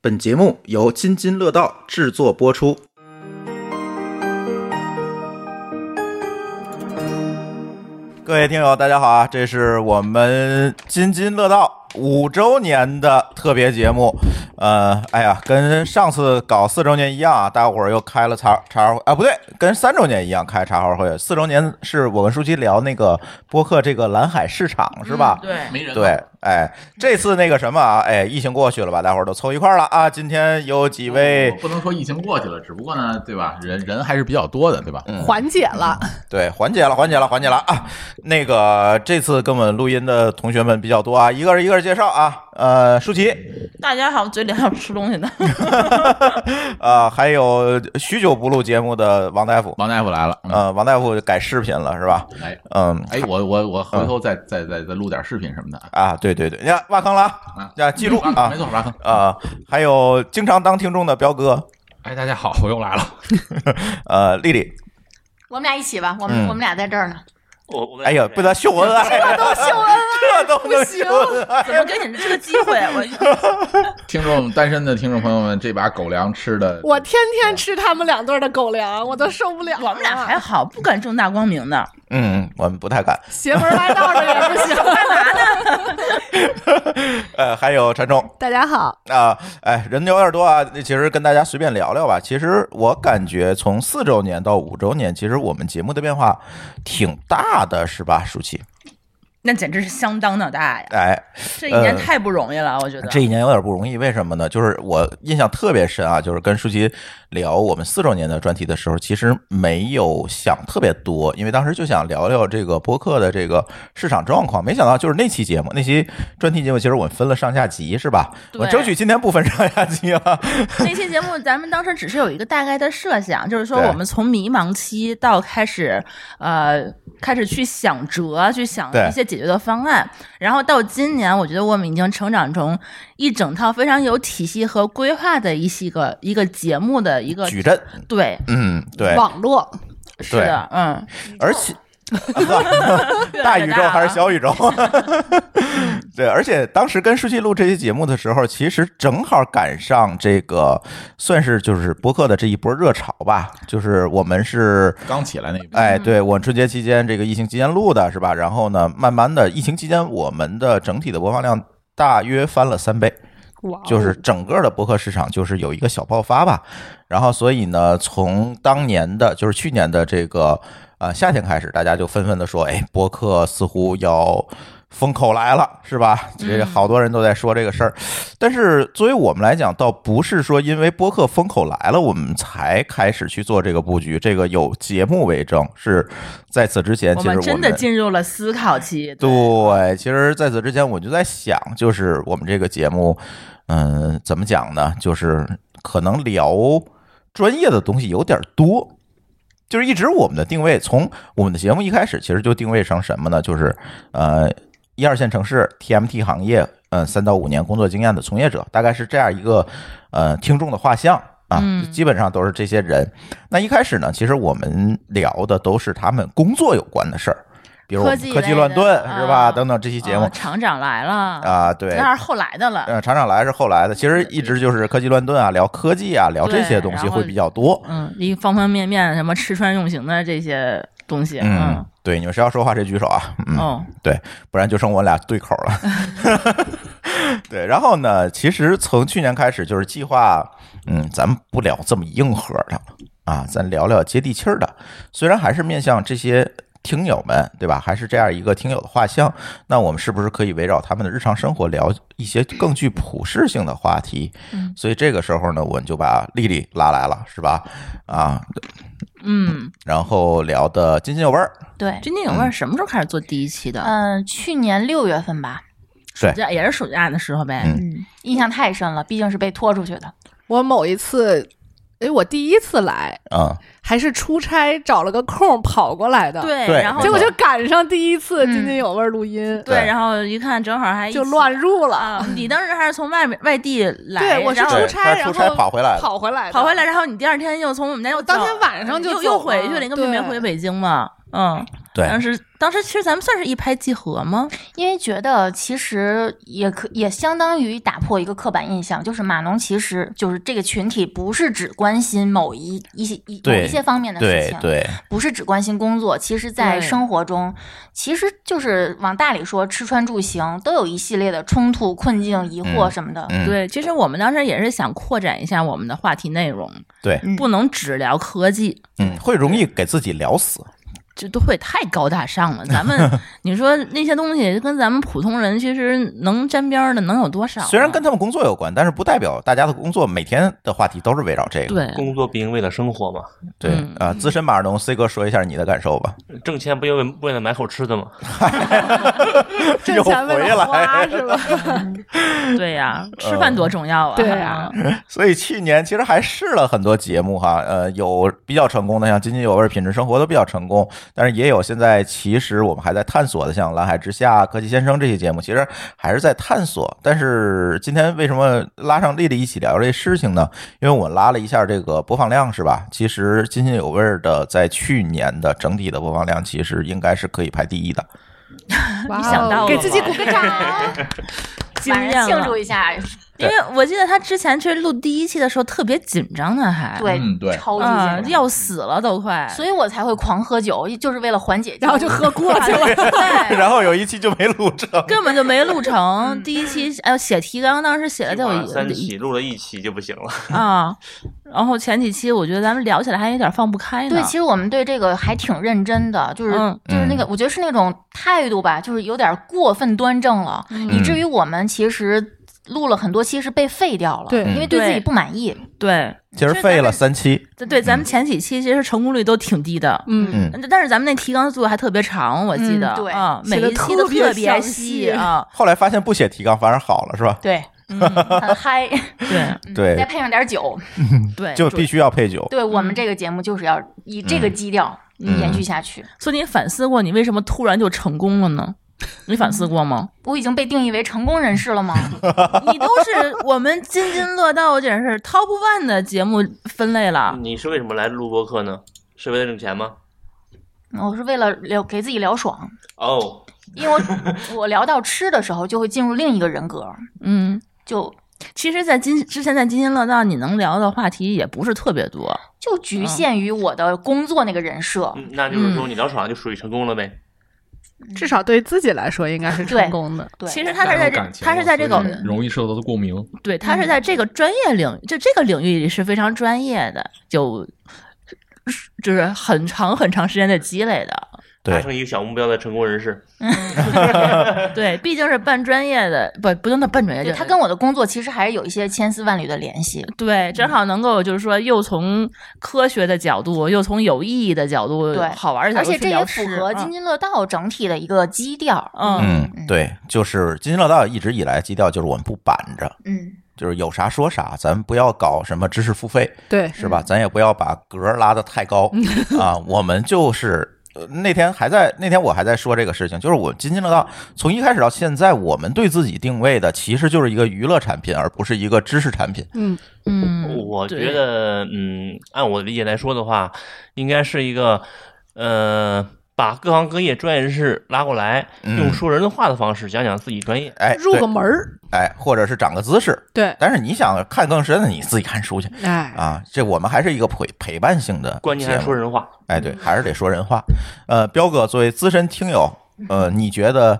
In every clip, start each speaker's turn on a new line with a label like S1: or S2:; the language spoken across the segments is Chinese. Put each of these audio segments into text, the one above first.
S1: 本节目由津津乐道制作播出。各位听友，大家好啊！这是我们津津乐道五周年的特别节目。呃，哎呀，跟上次搞四周年一样啊，大伙儿又开了茶茶话啊，不对，跟三周年一样开茶话会。四周年是我跟舒淇聊那个播客这个蓝海市场是
S2: 嗯
S1: 吧？
S3: 对，
S4: 没人了
S1: 对，哎，这次那个什么啊，哎，疫情过去了吧，大伙儿都凑一块儿了啊。今天有几位
S5: 哎
S4: 我不能说疫情过去了，只不过呢，对吧？人人还是比较多的，对吧？
S3: 缓解了，
S1: 对，缓解了，缓解了，缓解了啊！那个这次跟我们录音的同学们比较多啊，一个人一个人介绍啊，呃，舒淇，
S2: 大家好，嘴里还有吃东西呢。
S1: 呃，还有许久不录节目的王大夫，
S4: 王大夫来了，嗯
S1: 呃，王大夫改视频了是吧？
S4: 哎
S1: 嗯，
S4: 哎，我我我回头再再再再录点视频什么的啊
S1: 啊，对对对，你看挖坑了啊
S4: 啊，
S1: 要记录
S4: 挖坑
S1: 啊
S4: 没错，挖坑。
S1: 啊，还有经常当听众的彪哥，
S5: 哎，大家好，我又来了。
S1: 呃，丽丽，
S3: 我们俩一起吧，我们、
S1: 嗯
S3: 我们俩在这儿呢。
S6: 我我
S1: 哎呀，不得秀恩爱，
S3: 都秀恩爱，
S1: 这都能
S3: 行
S1: 秀恩爱。
S2: 怎么给你们这个机 会？我
S4: 听众单身的听众朋友们，这把狗粮吃的，
S3: 我天天吃他们两对儿的狗粮，我都受不了了。
S2: 我们俩还好，不敢正大光 明的。
S1: 嗯，我们不太敢。
S3: 邪门歪道的也不行。
S1: 呃，还有陈冲，
S3: 大家好，
S1: 啊，哎，人有点多啊。那其实跟大家随便聊聊吧。其实我感觉从四周年到五周年，其实我们节目的变化挺大的，是吧，舒淇？
S2: 那简直是相当的大呀！
S1: 哎，
S2: 这一年
S1: 呃
S2: 太不容易了，我觉得。
S1: 这一年有点不容易，为什么呢？就是我印象特别深啊，就是跟舒淇聊我们四周年的专题的时候，其实没有想特别多，因为当时就想聊聊这个播客的这个市场状况。没想到就是那期节目，那期专题节目，其实我们分了上下集，是吧？
S2: 对
S1: 我争取今天不分上下集啊了。
S2: 这期节目咱们当时只是有一个大概的设想，就是说
S1: 对
S2: 我们从迷茫期到开始，呃，开始去想辙，去想
S1: 对
S2: 一些解决的方案，然后到今年，我觉得我们已经成长成一整套非常有体系和规划的一些个一个节目的一个
S1: 矩阵，
S2: 对，
S1: 嗯， 对。
S3: 网络
S2: 是的，嗯，
S1: 而且
S2: 越
S1: 大
S2: 来越
S1: 宇宙还
S2: 了
S1: 是小宇宙？ 对，而且当时跟舒淇录这期节目的时候，其实正好赶上这个，算是就是播客的这一波热潮吧。就是我们是，
S4: 刚起来那一
S2: 嗯
S1: 哎，对我春节期间这个疫情期间录的是吧？然后呢，慢慢的疫情期间，我们的整体的播放量大约翻了三倍。
S3: 哇
S1: 就是整个的博客市场就是有一个小爆发吧。然后，所以呢，从当年的就是去年的这个呃夏天开始，大家就纷纷的说，哎，博客似乎要。风口来了，是吧？
S2: 嗯
S1: 这好多人都在说这个事儿，但是作为我们来讲，倒不是说因为播客风口来了，我们才开始去做这个布局，这个有节目为证，是在此之前，其
S2: 我
S1: 实我
S2: 们
S1: 们
S2: 真的进入了思考期。
S1: 对，其实在此之前我就在想，就是我们这个节目，嗯、怎么讲呢？就是可能聊专业的东西有点多。就是一直我们的定位，从我们的节目一开始，其实就定位成什么呢？就是呃，一二线城市 TMT 行业，嗯、三到五年工作经验的从业者，大概是这样一个呃听众的画像啊，
S2: 嗯
S1: 基本上都是这些人。那一开始呢，其实我们聊的都是他们工作有关的事儿，比如我们
S2: 科技
S1: 科技
S2: 类
S1: 乱
S2: 的
S1: 炖
S2: 啊
S1: 是吧？等等这期节目
S2: 哦厂长来了啊，
S1: 啊，对。
S2: 那是后来的了。
S1: 呃，厂长来是后来的，其实一直就是科技乱炖啊，聊科技啊，聊这些
S2: 对
S1: 东西
S2: 然后
S1: 会比较多。
S2: 嗯，一方方面面，什么吃穿用行的这些东西，
S1: 嗯，对，你们谁要说话谁举手啊？嗯，
S2: 哦，
S1: 对，不然就剩我俩对口了。 对，然后呢，其实从去年开始就是计划，嗯，咱们不聊这么硬核的了啊，咱聊聊接地气儿的。虽然还是面向这些听友们，对吧？还是这样一个听友的画像，那我们是不是可以围绕他们的日常生活聊一些更具普适性的话题？
S2: 嗯
S1: 所以这个时候呢，我们就把丽丽拉来了，是吧？啊，
S2: 嗯，
S1: 然后聊的津津有味儿，
S7: 对，
S2: 津津有味儿，什么时候开始做第一期的？
S7: 嗯、去年六月份吧，
S1: 对
S2: 这也是暑假的时候呗。
S1: 嗯
S7: 嗯，印象太深了，毕竟是被拖出去的。
S3: 我某一次，哎，我第一次来
S1: 啊、
S3: 还是出差找了个空跑过来的，，
S2: 对，
S1: 对
S2: 然后
S1: 没
S3: 结果
S1: 错
S3: 就赶上第一次
S7: 嗯
S3: 津津有味儿录音，
S2: 对，
S1: 对
S2: 然后一看正好还一
S3: 就
S2: 起
S3: 乱入了。
S2: 啊！你当时还是从外面外地来，
S3: 对我是
S2: 然后
S3: 出
S1: 对，
S3: 差
S1: 他出
S3: 然
S1: 差
S3: 后
S1: 跑回来了，
S3: 跑回来，
S2: 跑回来，，然后你第二天又从我们家又
S3: 我当
S2: 走
S3: 天晚上就
S2: 又
S3: 走
S2: 又
S3: 了
S2: 回去了，你根本没
S3: 对
S2: 回北京嘛。嗯，
S1: 对
S2: 当时当时其实咱们算是一拍即合吗？
S7: 因为觉得其实也可也相当于打破一个刻板印象，就是码农其实就是这个群体不是只关心某一一些一某
S1: 对
S7: 一些方面的事
S1: 对
S7: 情，
S1: 对
S7: 不是只关心工作，其实在
S2: 对
S7: 生活中，其实就是往大里说，吃穿住行都有一系列的冲突、困境、疑惑
S1: 嗯
S7: 什么的。
S1: 嗯
S2: 对，其实我们当时也是想扩展一下我们的话题内容，
S1: 对，
S7: 嗯
S2: 不能只聊科技，
S1: 嗯，会容易给自己聊死，
S2: 这都会太高大上了。咱们你说那些东西跟咱们普通人其实能沾边儿的能有多少呢？啊
S1: 虽然跟他们工作有关，但是不代表大家的工作每天的话题都是围绕这个。
S2: 对
S6: 工作不应为了生活嘛，
S1: 对
S2: 嗯
S1: 啊，资深马尔农 C 哥说一下你的感 受吧。
S6: 挣钱不应为为了买口吃的嘛。
S3: 挣钱为
S1: 又
S3: 了
S1: 回来
S3: 花是 吧？
S2: 对呀、吃饭多重要啊！
S3: 对啊
S1: 所以去年其实还试了很多节目哈，呃，有比较成功的，像津津有味、品质生活都比较成功，但是也有现在其实我们还在探索的，像蓝海之下、科技先生这些节目，其实还是在探索。但是今天为什么拉上丽丽一起聊这事情呢？因为我拉了一下这个播放量是吧？其实津津有味的在去年的整体的播放量其实应该是可以排第一的，
S3: 哇哦
S2: 想到了
S3: 给自己
S2: 吗
S3: 鼓个 掌，
S2: 惊艳
S7: 晚上啊庆
S2: 了
S7: 祝一下，
S2: 因为我记得他之前去录第一期的时候特别紧张呢，还
S7: 对，
S4: 嗯对
S7: 超级
S2: 啊、
S7: 紧张
S2: 要死了都快。
S7: 所以我才会狂喝酒，就是为了缓解，
S3: 然后就喝过去 了。
S7: 对，
S1: 然后有一期就没录成。
S2: 根本就没录
S7: 嗯
S2: 成第一期，哎呦，写提纲当时写了得有
S6: 起码
S2: 一
S6: 三期，录了一期就不行了。
S2: 啊，然后前几期我觉得咱们聊起来还有点放不开呢。
S7: 对，其实我们对这个还挺认真的，就是、
S2: 嗯
S7: 就是那个，我觉得是那种态度吧，就是有点过分端正了，以至于我们其实录了很多期是被废掉了，
S3: 对
S7: 因为对自己
S2: 对嗯
S7: 不满意，
S2: 对
S1: 其实废了三期，
S2: 对对，咱们前几期其实成功率都挺低的。
S3: 嗯，
S1: 嗯，
S2: 但是咱们那提纲做的还特别长，我记得，
S7: 嗯对
S2: 啊，每
S3: 写得
S2: 一期都
S3: 特别
S2: 特别
S3: 详
S2: 细
S3: 细
S2: 啊，
S1: 后来发现不写提纲反而好了是吧？
S7: 对，
S2: 嗯，
S7: 很嗨，
S2: 对
S7: 嗯
S1: 对
S7: 再配上点酒，
S2: 对，
S1: 就必须要配酒。
S7: 对我们这个节目就是要以这个基调
S1: 嗯
S7: 延续下去。
S2: 所以你反思过你为什么突然就成功了呢？你反思过吗？
S7: 我已经被定义为成功人士了吗？
S2: 你都是我们津津乐道，简直是 top one 的节目分类了。
S6: 你是为什么来录播客呢？是为了挣钱吗？
S7: 我是为了聊给自己聊爽，
S6: 哦，
S7: 因为我我聊到吃的时候就会进入另一个人格，
S2: 嗯，
S7: 就
S2: 其实，在津之前在津津乐道，你能聊的话题也不是特别多。
S7: 就局限于我的工作那个人设。
S6: 嗯那就是说你聊爽就属于成功了呗。
S3: 至少对自己来说应该是成功的。
S7: 对，
S2: 其实他是在这
S5: 感，情
S2: 他是在这
S5: 所以
S2: 个，
S5: 容易受到共鸣。
S2: 对，他是在这个专业领，就这个领域里是非常专业的，就就是很长很长时间的积累的。
S1: 对
S6: 达成一个小目标的成功人士，
S2: 对，毕竟是半专业的，不不用那半专业，
S7: 对
S2: 就
S7: 他跟我的工作其实还是有一些千丝万缕的联系。
S2: 对，正好能够就是说，又从科学的角度，又从有意义的角度，
S7: 对
S2: 好玩的角
S7: 而
S2: 度
S7: 且
S2: 去
S7: 这也
S2: 聊
S7: 符
S2: 吃，
S7: 合津津乐道整体的一个基调。
S2: 嗯
S1: 嗯，对，就是津津乐道一直以来基调就是我们不板着，
S7: 嗯，
S1: 就是有啥说啥，咱们不要搞什么知识付费，
S3: 对，
S1: 是吧？咱也不要把格儿拉得太高啊，我们就是。呃那天还在那天我还在说这个事情，就是我津津乐道从一开始到现在，我们对自己定位的其实就是一个娱乐产品，而不是一个知识产品。
S3: 嗯，
S2: 嗯，
S6: 我
S2: 对
S6: 觉得，嗯，按我理解来说的话，应该是一个，呃，把各行各业专业人士拉过来，
S1: 嗯
S6: 用说人的话的方式讲讲自己专业。
S1: 哎，
S3: 入
S1: 对
S3: 个门儿，
S1: 哎，或者是长个姿势。
S3: 对，
S1: 但是你想看更深的，你自己看书去
S3: 哎，
S1: 啊。这我们还是一个陪陪伴性的节目，
S6: 关键还是说人 话，
S1: 哎，对，还是得说人话。呃，彪哥作为资深听友， 呃，你觉得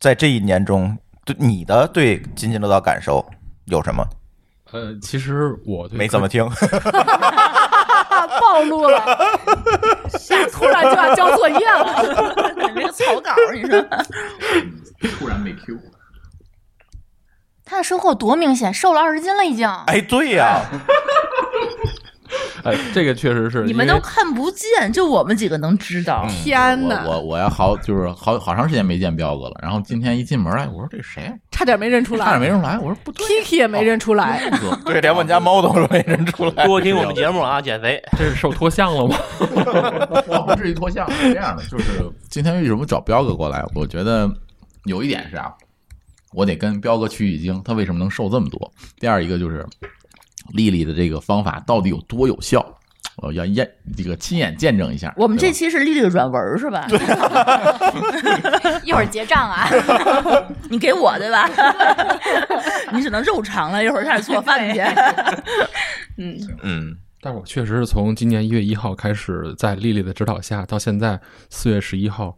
S1: 在这一年中，对你的对津津乐道感受有什么？
S5: 呃，其实我对
S1: 没怎么听，
S3: 啊，暴露了，下突然就要交作业了，
S2: 没个草稿，你说
S4: 突然被 Q，
S1: 哎
S7: 他的收获多明显，瘦了二十斤了已经。
S1: 哎，对呀、
S5: 哎，这个确实是
S2: 你们
S5: 因为
S2: 都看不见，就我们几个能知道。
S8: 嗯
S3: 天
S4: 我
S3: 哪，
S4: 我我要好就是好好长时间没见彪哥了，然后今天一进门哎，我说这谁呀？
S3: 差点没认出
S4: 差点
S3: 来
S4: 没认出来，我哦说不对呀，
S3: ，Kiki 也没认出来。
S4: 彪哥
S1: 对，连我们 家猫都没认出来。
S6: 多听我们节目啊，减肥。
S5: 这是受脱相了吗？
S4: 倒不至于脱相啊是这样的，就是今天为什么找彪哥过来？我觉得有一点是啊，我得跟彪哥取取经，他为什么能瘦这么多？第二一个就是丽丽的这个方法到底有多有效？我要验这个亲眼见证一下。
S2: 我们
S4: 对
S2: 这
S4: 吧
S2: 期是丽丽软文儿是吧？
S7: 一会儿结账啊，
S2: 你给我对吧？ 你只能肉偿了，一会儿开始做饭去。
S1: 嗯，
S5: 但是我确实是从今年一月一号开始，在丽丽的指导下，到现在四月十一号，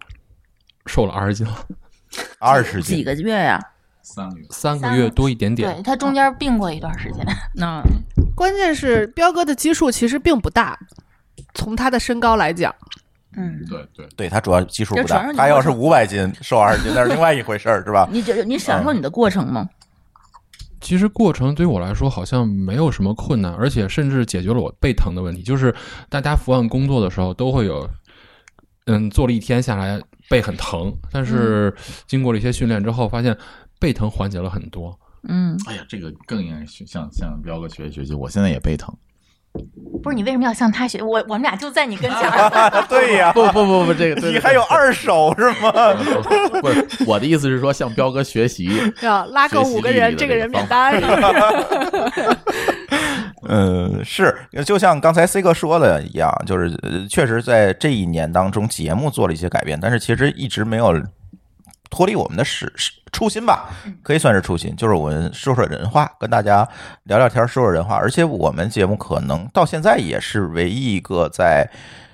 S5: 瘦了二十斤了，
S1: 二十
S2: 几
S1: 斤，
S2: 个月呀、
S4: 三个月，
S5: 三个
S7: 三
S5: 月多一点点
S7: 对。他中间病过一段时间，
S2: 那
S3: 关键是彪哥的基数其实并不大，从他的身高来讲，
S7: 嗯，
S4: 对对，
S1: 对他主要基数不
S2: 就主要
S1: 大
S2: 是，你
S1: 他要是五百斤瘦二十斤，那是另外一回事儿，是吧？
S2: 你就你享受你的过程吗？
S5: 其实过程对于我来说好像没有什么困难，而且甚至解决了我背疼的问题。就是大家伏案工作的时候都会有，嗯，做了一天下来背很疼，但是经过了一些训练之后，发现背疼缓解了很多。
S2: 嗯，
S4: 哎呀，这个更应该学向向彪哥学习学习。我现在也背疼，
S7: 不是你为什么要向他学？我我们俩就在你跟前 儿，
S1: 对呀，
S4: 不不不不，这个
S1: 啊 你还有二手是吗？
S4: 不是我的意思是说向彪哥学习。
S3: 要拉够五个人，
S4: 学习
S3: 这个
S4: 力的
S3: 人
S4: 这
S3: 免
S4: 个方
S3: 单。
S1: 嗯，是，就像刚才 C 哥说的一样，就是呃确实在这一年当中，节目做了一些改变，但是其实一直没有脱离我们的始始初心吧，
S2: 嗯
S1: 可以算是初心，就是我们说说人话，跟大家聊聊天儿，说说人话。而且我们节目可能到现在也是唯一一个在，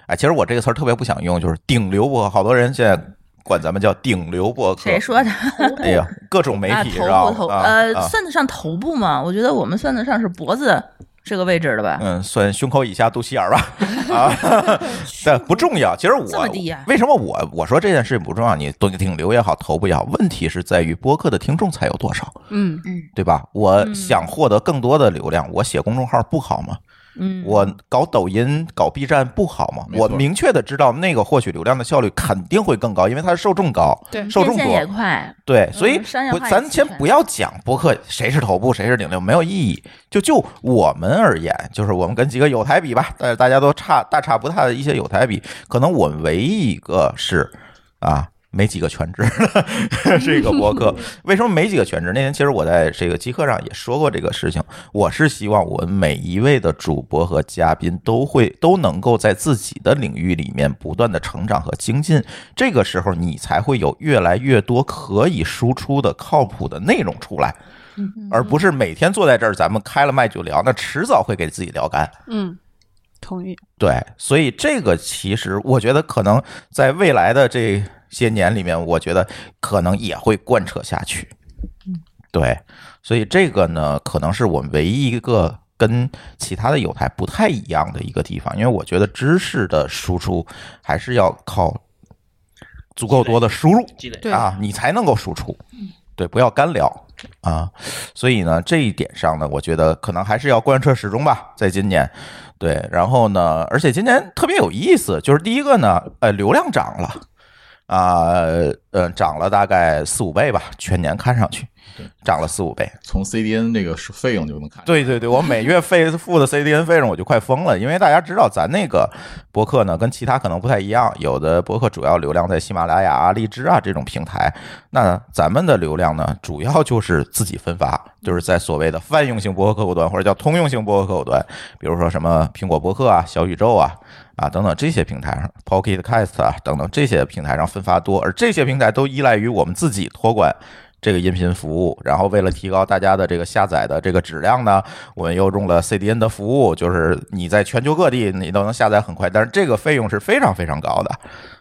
S1: 哎，其实我这个词儿特别不想用，就是顶流播客，好多人现在管咱们叫顶流播客。
S2: 谁说的？
S1: 哎 呀，各种媒
S2: 啊，
S1: 体
S2: 头
S1: 是吧
S2: 部？头
S1: 啊
S2: 呃，
S1: 啊
S2: 算得上头部吗？我觉得我们算得上是脖子这个位置的吧。
S1: 嗯，算胸口以下肚脐眼儿吧，啊，但不重要。其实
S2: 这
S1: 我
S2: 么低呀
S1: 为什么我我说这件事情不重要？你顶顶流也好，头部也好，问题是在于播客的听众才有多少，
S3: 嗯，
S1: 对吧？我想获得更多的流量，我写公众号不好吗？
S2: 嗯，
S1: 我搞抖音、搞 B 站不好吗？
S4: 没错
S1: 我明确的知道那个获取流量的效率肯定会更高，因为它的受众高，
S3: 对
S1: 受众
S2: 变现
S1: 多
S2: 也，快，
S1: 对，所以
S2: 嗯商业
S1: 不，
S2: 化也
S1: 咱
S2: 齐
S1: 先
S2: 全
S1: 不要讲博客谁是头部谁是顶流，没有意义。就就我们而言，就是我们跟几个有台比吧，但是大家都差大差不差的一些有台比，可能我们唯一一个是啊。没几个全职的 这个博 客，为什么没几个全职？那天其实我在这个极客上也说过这个事情。我是希望我们每一位的主播和嘉宾都会都能够在自己的领域里面不断的成长和精进，这个时候你才会有越来越多可以输出的靠谱的内容出来，而不是每天坐在这儿咱们开了麦就聊，那迟早会给自己聊干。
S3: 嗯， 同
S4: 啊
S3: 意。
S1: 对，所以这个其实我觉得可能在未来的这些年里面，我觉得可能也会贯彻下去。对，所以这个呢，可能是我们唯一一个跟其他的有台不太一样的一个地方，因为我觉得知识的输出还是要靠足够多的输入
S6: 积累
S3: 对
S1: 啊，你才能够输出。对，不要干聊啊。所以呢，这一点上呢，我觉得可能还是要贯彻始终吧，在今年。对，然后呢，而且今年特别有意思，就是第一个呢，呃，流量涨了。啊，呃，涨了大概四五倍吧，全年看上去涨了四五倍。
S4: 从 CDN 这个费用就能看出来。
S1: 对对对，我每月费付的 CDN 费用我就快疯了，因为大家知道咱那个博客呢跟其他可能不太一样，有的博客主要流量在喜马拉雅啊、荔枝啊这种平台，那咱们的流量呢主要就是自己分发，就是在所谓的泛用性博客客户端或者叫通用性博客客户端，比如说什么苹果博客啊、小宇宙啊。啊，等等这些平台上，Pocket Cast 啊，等等这些平台上分发多，而这些平台都依赖于我们自己托管这个音频服务，然后为了提高大家的这个下载的这个质量呢，我们又用了 CDN 的服务，就是你在全球各地你都能下载很快，但是这个费用是非常非常高的，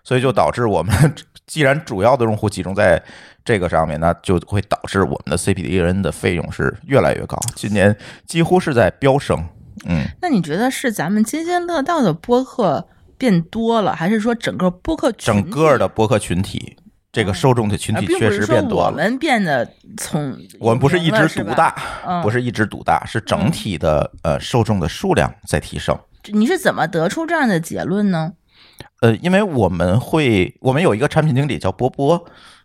S1: 所以就导致我们 既然主要的用户集中在这个上面，那就会导致我们的 CPDN 的费用是越来越高，今年几乎是在飙升。嗯，
S2: 那你觉得是咱们津津乐道的播客变多了，还是说整个播客群
S1: 整个
S2: 体
S1: 的播客群体，这个受众的群
S2: 而
S1: 体
S2: 并不
S1: 确
S2: 是
S1: 实
S2: 说
S1: 变多
S2: 我
S1: 了。
S2: 们变得从
S1: 我们不是一
S2: 有名了
S1: 枝独，大，
S2: 嗯
S1: 不是一枝独大，是整体的呃受众的数量在提升。
S2: 你是怎么得出这样的结论呢？
S1: 呃，因为我们会，我们有一个产品经理叫波波，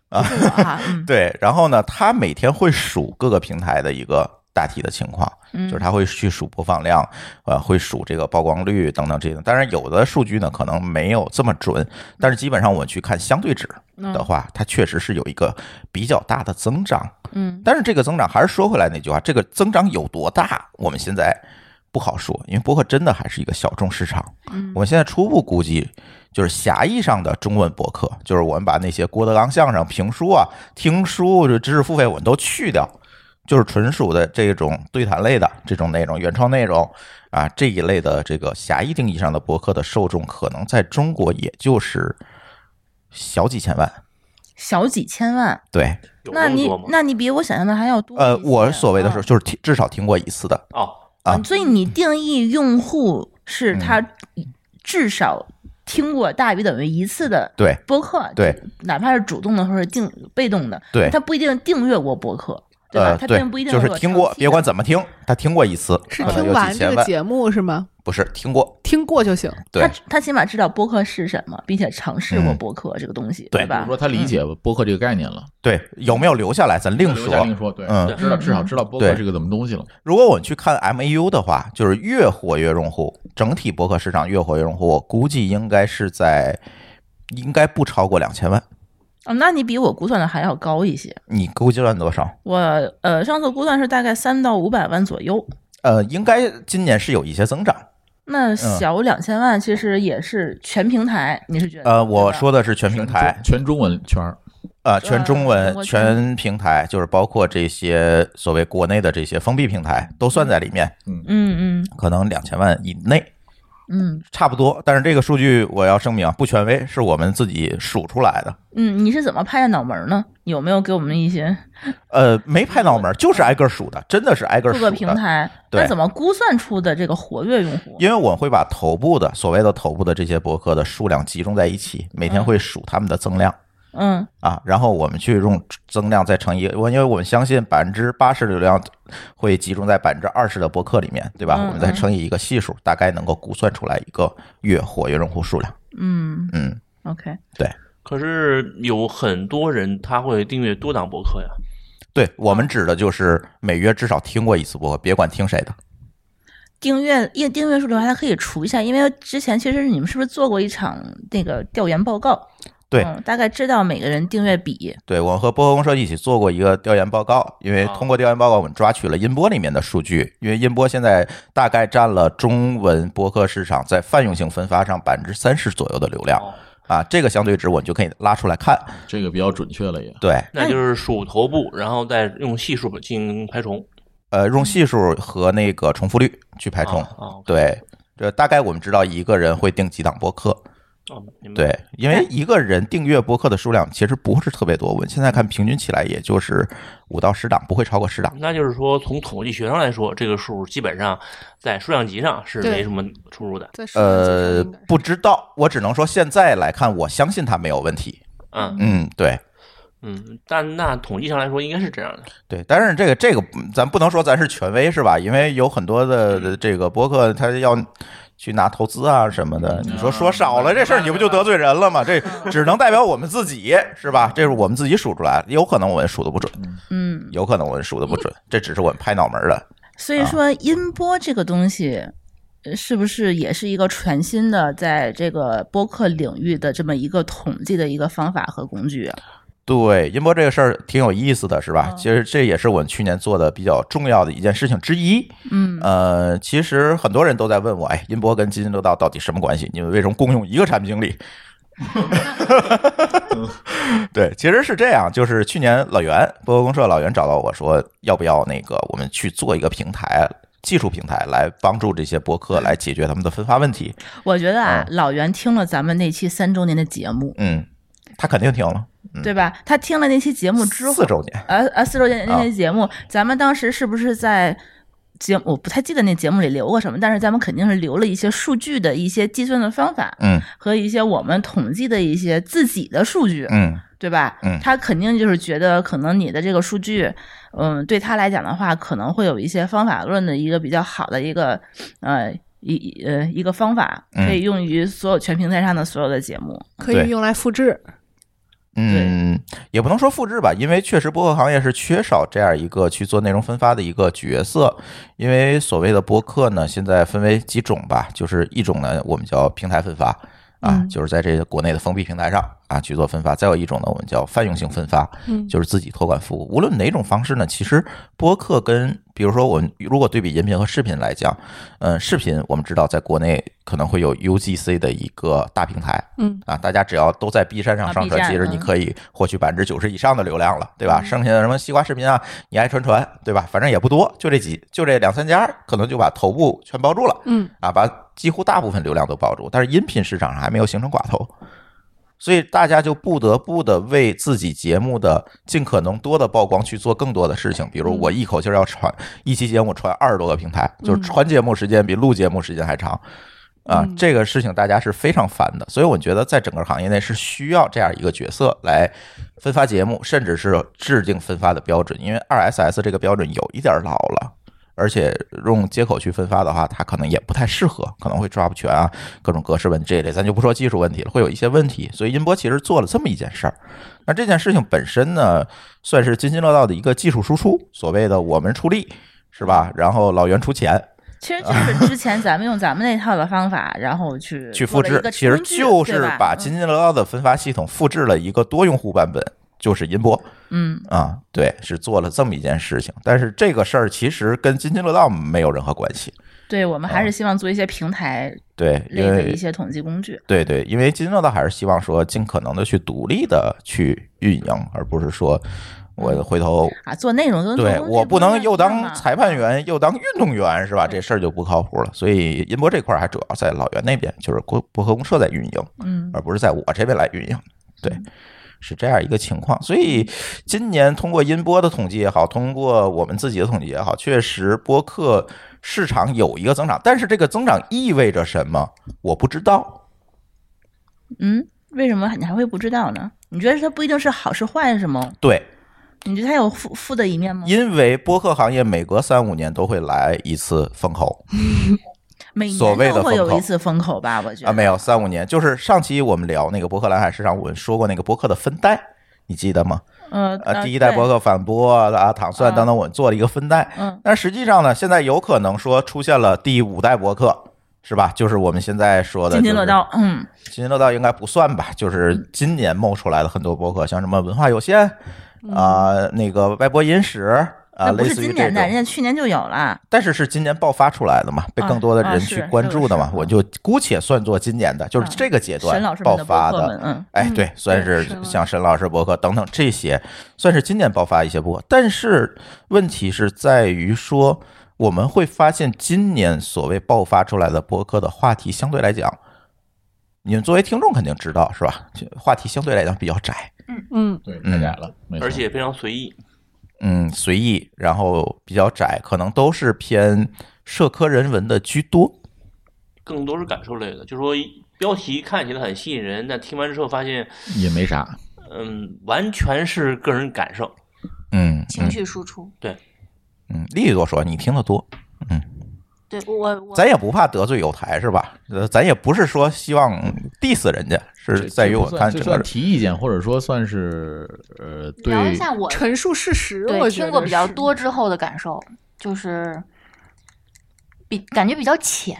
S1: 啊
S2: 是我哈，嗯
S1: 对，然后呢，他每天会数各个平台的一个大体的情况，
S2: 嗯，
S1: 就是他会去数播放量，呃，会数这个曝光率等等这些。当然，有的数据呢可能没有这么准，
S2: 嗯
S1: 但是基本上我去看相对值的话，它确实是有一个比较大的增长。
S2: 嗯
S1: 但是这个增长还是说回来那句话，这个增长有多大，我们现在不好说，因为播客真的还是一个小众市场。
S2: 嗯
S1: 我们现在初步估计，就是狭义上的中文博客，就是我们把那些郭德纲相声、评书啊、听书、这知识付费，我们都去掉，就是纯属的这种对谈类的这种内容、原创内容啊这一类的这个狭义定义上的博客的受众，可能在中国也就是小几千万。
S2: 小几千万，
S1: 对，
S6: 有
S2: 那
S6: 么
S2: 你
S6: 多吗？
S2: 那你比我想象的还要多一些。
S1: 呃，我所谓的是
S2: 嗯
S1: 就是听至少听过一次的，
S6: 哦，
S1: 啊
S2: 嗯所以你定义用户是
S1: 嗯
S2: 他至少听过大于等于一次的
S1: 对
S2: 播客，
S1: 对，
S2: 哪怕是主动的或者定被动的，
S1: 对
S2: 他不一定订阅过播客，对吧？
S1: 呃，
S2: 他
S1: 对
S2: 并不一，定
S1: 就是
S2: 有
S1: 听过
S2: 长，期
S1: 别
S2: 的
S1: 管怎么听，他听过一次，
S3: 是
S1: 可能
S3: 听
S1: 有
S3: 完
S1: 几
S3: 这
S1: 千
S3: 个
S1: 万，
S3: 节目是吗？
S1: 不是听过，
S3: 听过就行。
S1: 对
S2: 他他起码知道播客是什么，并且尝试过
S1: 嗯
S2: 播客这个东西，
S1: 对
S4: 比如
S2: 吧
S4: 说？他理解播客这个概念了，
S1: 对，有没有留下来咱另
S4: 留下
S1: 说。
S4: 另说，对，
S1: 嗯
S4: 知道至少知道播客
S1: 对
S4: 是个怎么东西了。
S1: 如果我们去看 MAU 的话，就是月活跃用户，整体博客市场月活跃用户，我估计应该是在，应该不超过两千万。
S2: 哦，那你比我估算的还要高一些。
S1: 你估计算多少？
S2: 我呃上次估算是大概三到五百万左右，
S1: 呃，应该今年是有一些增长。
S2: 那
S1: 嗯
S2: 小两千万其实也是全平台，你是觉得？
S1: 呃，我
S2: 对吧
S1: 说的是全平台
S4: 全，全中文圈儿，
S1: 呃，全中文、
S2: 我
S1: 全平台，就是包括这些所谓国内的这些封闭平台都算在里面，
S2: 嗯嗯
S1: 可能两千万以内。
S2: 嗯
S1: 差不多，但是这个数据我要声明啊，不权威，是我们自己数出来的。
S2: 嗯，你是怎么拍的脑门呢？有没有给我们一些
S1: 呃，没拍脑门儿，就是挨个儿数的，真的是挨个儿
S2: 各
S1: 数
S2: 个
S1: 的。
S2: 平台？
S1: 对
S2: 那怎么估算出的这个活跃用户？
S1: 因为我会把头部的所谓的头部的这些博客的数量集中在一起，每天会数他们的增量、
S2: 嗯
S1: 啊，然后我们去用增量再乘以，我因为我们相信百分之八十流量会集中在百分之二十的博客里面，对吧？
S2: 嗯
S1: 我们再乘以一个系数，大概能够估算出来一个月活跃用户数量。
S2: 嗯
S1: 嗯，
S2: ，OK，
S6: 可是有很多人他会订阅多档博客呀。
S1: 对我们指的就是每月至少听过一次博客，别管听谁的。
S2: 订阅订订阅数的话，它可以除一下，因为之前其实你们是不是做过一场那个调研报告？
S1: 对
S2: 嗯大概知道每个人订阅比。
S1: 对，我们和波客公社一起做过一个调研报告，因为
S6: 啊
S1: 通过调研报告，我们抓取了音波里面的数据，因为音波现在大概占了中文播客市场在泛用性分发上百分之三十左右的流量
S6: 哦，
S1: 啊，这个相对值我们就可以拉出来看。
S4: 这个比较准确了也。
S1: 对，
S6: 那就是数头部，然后再用系数进行排除。
S1: 呃，用系数和那个重复率去排充
S6: 啊。啊，OK
S1: 对，这大概我们知道一个人会订几档播客。
S6: 哦，明白。
S1: 对，因
S6: 哎
S1: 为一个人订阅播客的数量其实不是特别多，我们现在看平均起来也就是五到十档，不会超过十档。
S6: 那就是说，从统计学上来说，这个数基本上在数量级上是
S3: 对
S6: 没什么出入的。
S3: 在数量级上
S1: 呃
S3: 应该是，
S1: 不知道，我只能说现在来看，我相信它没有问题。
S6: 嗯
S1: 嗯，对
S6: 嗯，但那统计上来说应该是这样的。
S1: 对，但是这个这个，嗯咱不能说咱是权威是吧？因为有很多的这个博客，他要去拿投资啊什么的。你说说少了这事儿，你不就得罪人了吗？这 只能代表我们自己是吧？这是我们自己数出来，有可能我们数的不准，
S2: 嗯，
S1: 有可能我们数的不准，这只是我们拍脑门儿的。
S2: 所以说音波这个东西。呃是不是也是一个全新的在这个播客领域的这么一个统计的一个方法和工具啊？
S1: 对，音波这个事儿挺有意思的，是吧？
S2: 嗯
S1: 其实这也是我们去年做的比较重要的一件事情之一。
S2: 嗯
S1: 呃，其实很多人都在问我，哎，音波跟津津乐道到底什么关系？你们为什么共用一个产品经理？ 对，其实是这样，就是去年老袁波波公社老袁找到我说，要不要那个我们去做一个平台，技术平台来帮助这些博客来解决他们的分发问题。
S2: 我觉得啊，老袁听了咱们那期三周年的节目，
S1: 嗯，他肯定听了
S2: 对吧？他听了那期节目之后
S1: 嗯四，啊周年，
S2: 呃呃，四周年那期节目，咱们当时是不是在节我不太记得那节目里留过什么，但是咱们肯定是留了一些数据的一些计算的方法
S1: 嗯
S2: 和一些我们统计的一些自己的数据，
S1: 嗯
S2: 对吧？
S1: 嗯
S2: 他肯定就是觉得可能你的这个数据，嗯，对他来讲的话，可能会有一些方法论的一个比较好的一个呃。一一呃一个方法，
S1: 嗯
S2: 可以用于所有全平台上的所有的节目。
S3: 可以用来复制。
S1: 嗯，也不能说复制吧，因为确实播客行业是缺少这样一个去做内容分发的一个角色。因为所谓的播客呢，现在分为几种吧，就是一种呢，我们叫平台分发啊，就是在这些国内的封闭平台上啊去做分发；再有一种呢，我们叫泛用性分发，
S3: 嗯
S1: 就是自己托管服务。无论哪种方式呢，其实播客跟比如说我们如果对比音频和视频来讲，嗯，视频我们知道在国内可能会有 UGC 的一个大平台，
S3: 嗯
S1: 啊，大家只要都在 B 站上
S2: 啊
S1: 上
S2: B
S1: 传，
S2: 站
S1: 其实你
S2: 嗯
S1: 可以获取百分之九十以上的流量了，对吧？剩下的什么西瓜视频啊，你爱传传，对吧？反正也不多，就这几，就这两三家，可能就把头部全包住了
S3: 嗯，
S1: 啊，把几乎大部分流量都包住。但是音频市场上还没有形成寡头，所以大家就不得不的为自己节目的尽可能多的曝光去做更多的事情，比如我一口气儿要传一期节目传二十多个平台，就是传节目时间比录节目时间还长。啊，这个事情大家是非常烦的，所以我觉得在整个行业内是需要这样一个角色来分发节目，甚至是制定分发的标准，因为二 SS 这个标准有一点老了。而且用接口去分发的话，它可能也不太适合，可能会抓不全啊，各种格式问题这一类，咱就不说技术问题了，会有一些问题。所以音波其实做了这么一件事儿，那这件事情本身呢，算是津津乐道的一个技术输出，所谓的我们出力是吧？然后老袁出钱，
S2: 其实就是之前咱们用咱们那套的方法，然后去
S1: 去复
S2: 做了
S1: 制
S2: 一个，
S1: 其实
S2: 工具
S1: 就是
S2: 对吧嗯
S1: 把津津乐道的分发系统复制了一个多用户版本，就是音波
S2: 嗯
S1: 啊，对，是做了这么一件事情。但是这个事儿其实跟津津乐道没有任何关系，
S2: 嗯，对我们还是希望做一些平台
S1: 啊对，
S2: 类
S1: 因
S2: 的一
S1: 为
S2: 些统计工具。
S1: 对对，因为津津乐道还是希望说尽可能的去独立的去运营，而不是说
S2: 嗯
S1: 我回头。
S2: 啊，做内容跟做
S1: 对
S2: 工具
S1: 我不
S2: 一
S1: 能
S2: 样
S1: 又
S2: 嘛嗯
S1: 当裁判员又当运动员是吧？这事儿就不靠谱了。所以音波这块儿还主要在老袁那边，就是国博客公社在运营。
S2: 嗯
S1: 而不是在我这边来运营。对，是这样一个情况。所以今年通过音波的统计也好，通过我们自己的统计也好，确实播客市场有一个增长，但是这个增长意味着什么，我不知道。
S2: 嗯，为什么你还会不知道呢？你觉得它不一定是好是坏是吗？
S1: 对，
S2: 你觉得它有负负的一面吗？
S1: 因为播客行业每隔三五年都会来一次风口
S2: 每
S1: 所谓
S2: 年
S1: 的
S2: 都
S1: 风
S2: 会有
S1: 口
S2: 一次风口吧，我觉得
S1: 啊，没有三五年，就是上期我们聊那个博客蓝海市场，我们说过那个播客的分代，你记得吗？
S2: 呃
S1: 呃，第一代博，客反驳啊、糖蒜等等，我们做了一个分代。
S2: 嗯，
S1: 但实际上呢，现在有可能说出现了第五代博客，是吧？就是我们现在说的
S2: 对津津乐，道，嗯
S1: 津津乐道应该不算吧？就是今年冒出来的很多博客，像什么文化有限啊、那个歪播音史啊、
S2: 嗯那不
S1: 类
S2: 是
S1: 似于
S2: 今
S1: 这
S2: 年的，人
S1: 种。
S2: 家去年就有了，
S1: 但是是今年爆发出来的嘛，被更多的
S2: 啊
S1: 人
S2: 是
S1: 去关注的嘛，
S2: 这
S1: 我
S2: 个是
S1: 就姑且算作今年的，就是
S2: 啊
S1: 这个阶段
S2: 沈老师
S1: 爆
S2: 们的播
S1: 发
S2: 客
S1: 的
S2: 们，嗯，
S1: 哎，
S3: 嗯
S1: 对，算
S3: 对
S1: 是
S3: 沈老师
S1: 像沈老师博客等等这些，算是今年爆发一些博客。但是呃问题是在于说，我们会发现今年所谓爆发出来的博客的话题，相对来讲，你们作为听众肯定知道是吧？就话题相对来讲比较窄，
S3: 嗯
S4: 对，太窄了，没错
S6: 而且非常随意。
S1: 嗯，随意，然后比较窄，可能都是偏社科人文的居多。
S6: 更多是感受类的，就是说标题看起来很吸引人，但听完之后发现，
S4: 也没啥。
S6: 嗯，完全是个人感受。
S1: 嗯
S7: 情
S1: 嗯
S7: 绪输出。
S1: 嗯，丽丽多说，你听得多，
S7: 对我我
S1: 咱也不怕得罪有台是吧？呃，咱也不是说希望 diss 人家，是
S4: 这
S1: 在于
S4: 这
S1: 我
S4: 不算
S1: 看
S4: 这
S1: 整
S4: 算
S1: 个
S4: 提意见，或者说算是呃对
S7: 聊一下我
S3: 陈述事实，我
S7: 对
S3: 觉得
S7: 听过比较
S3: 是
S7: 多之后的感受，就是比感觉比较浅，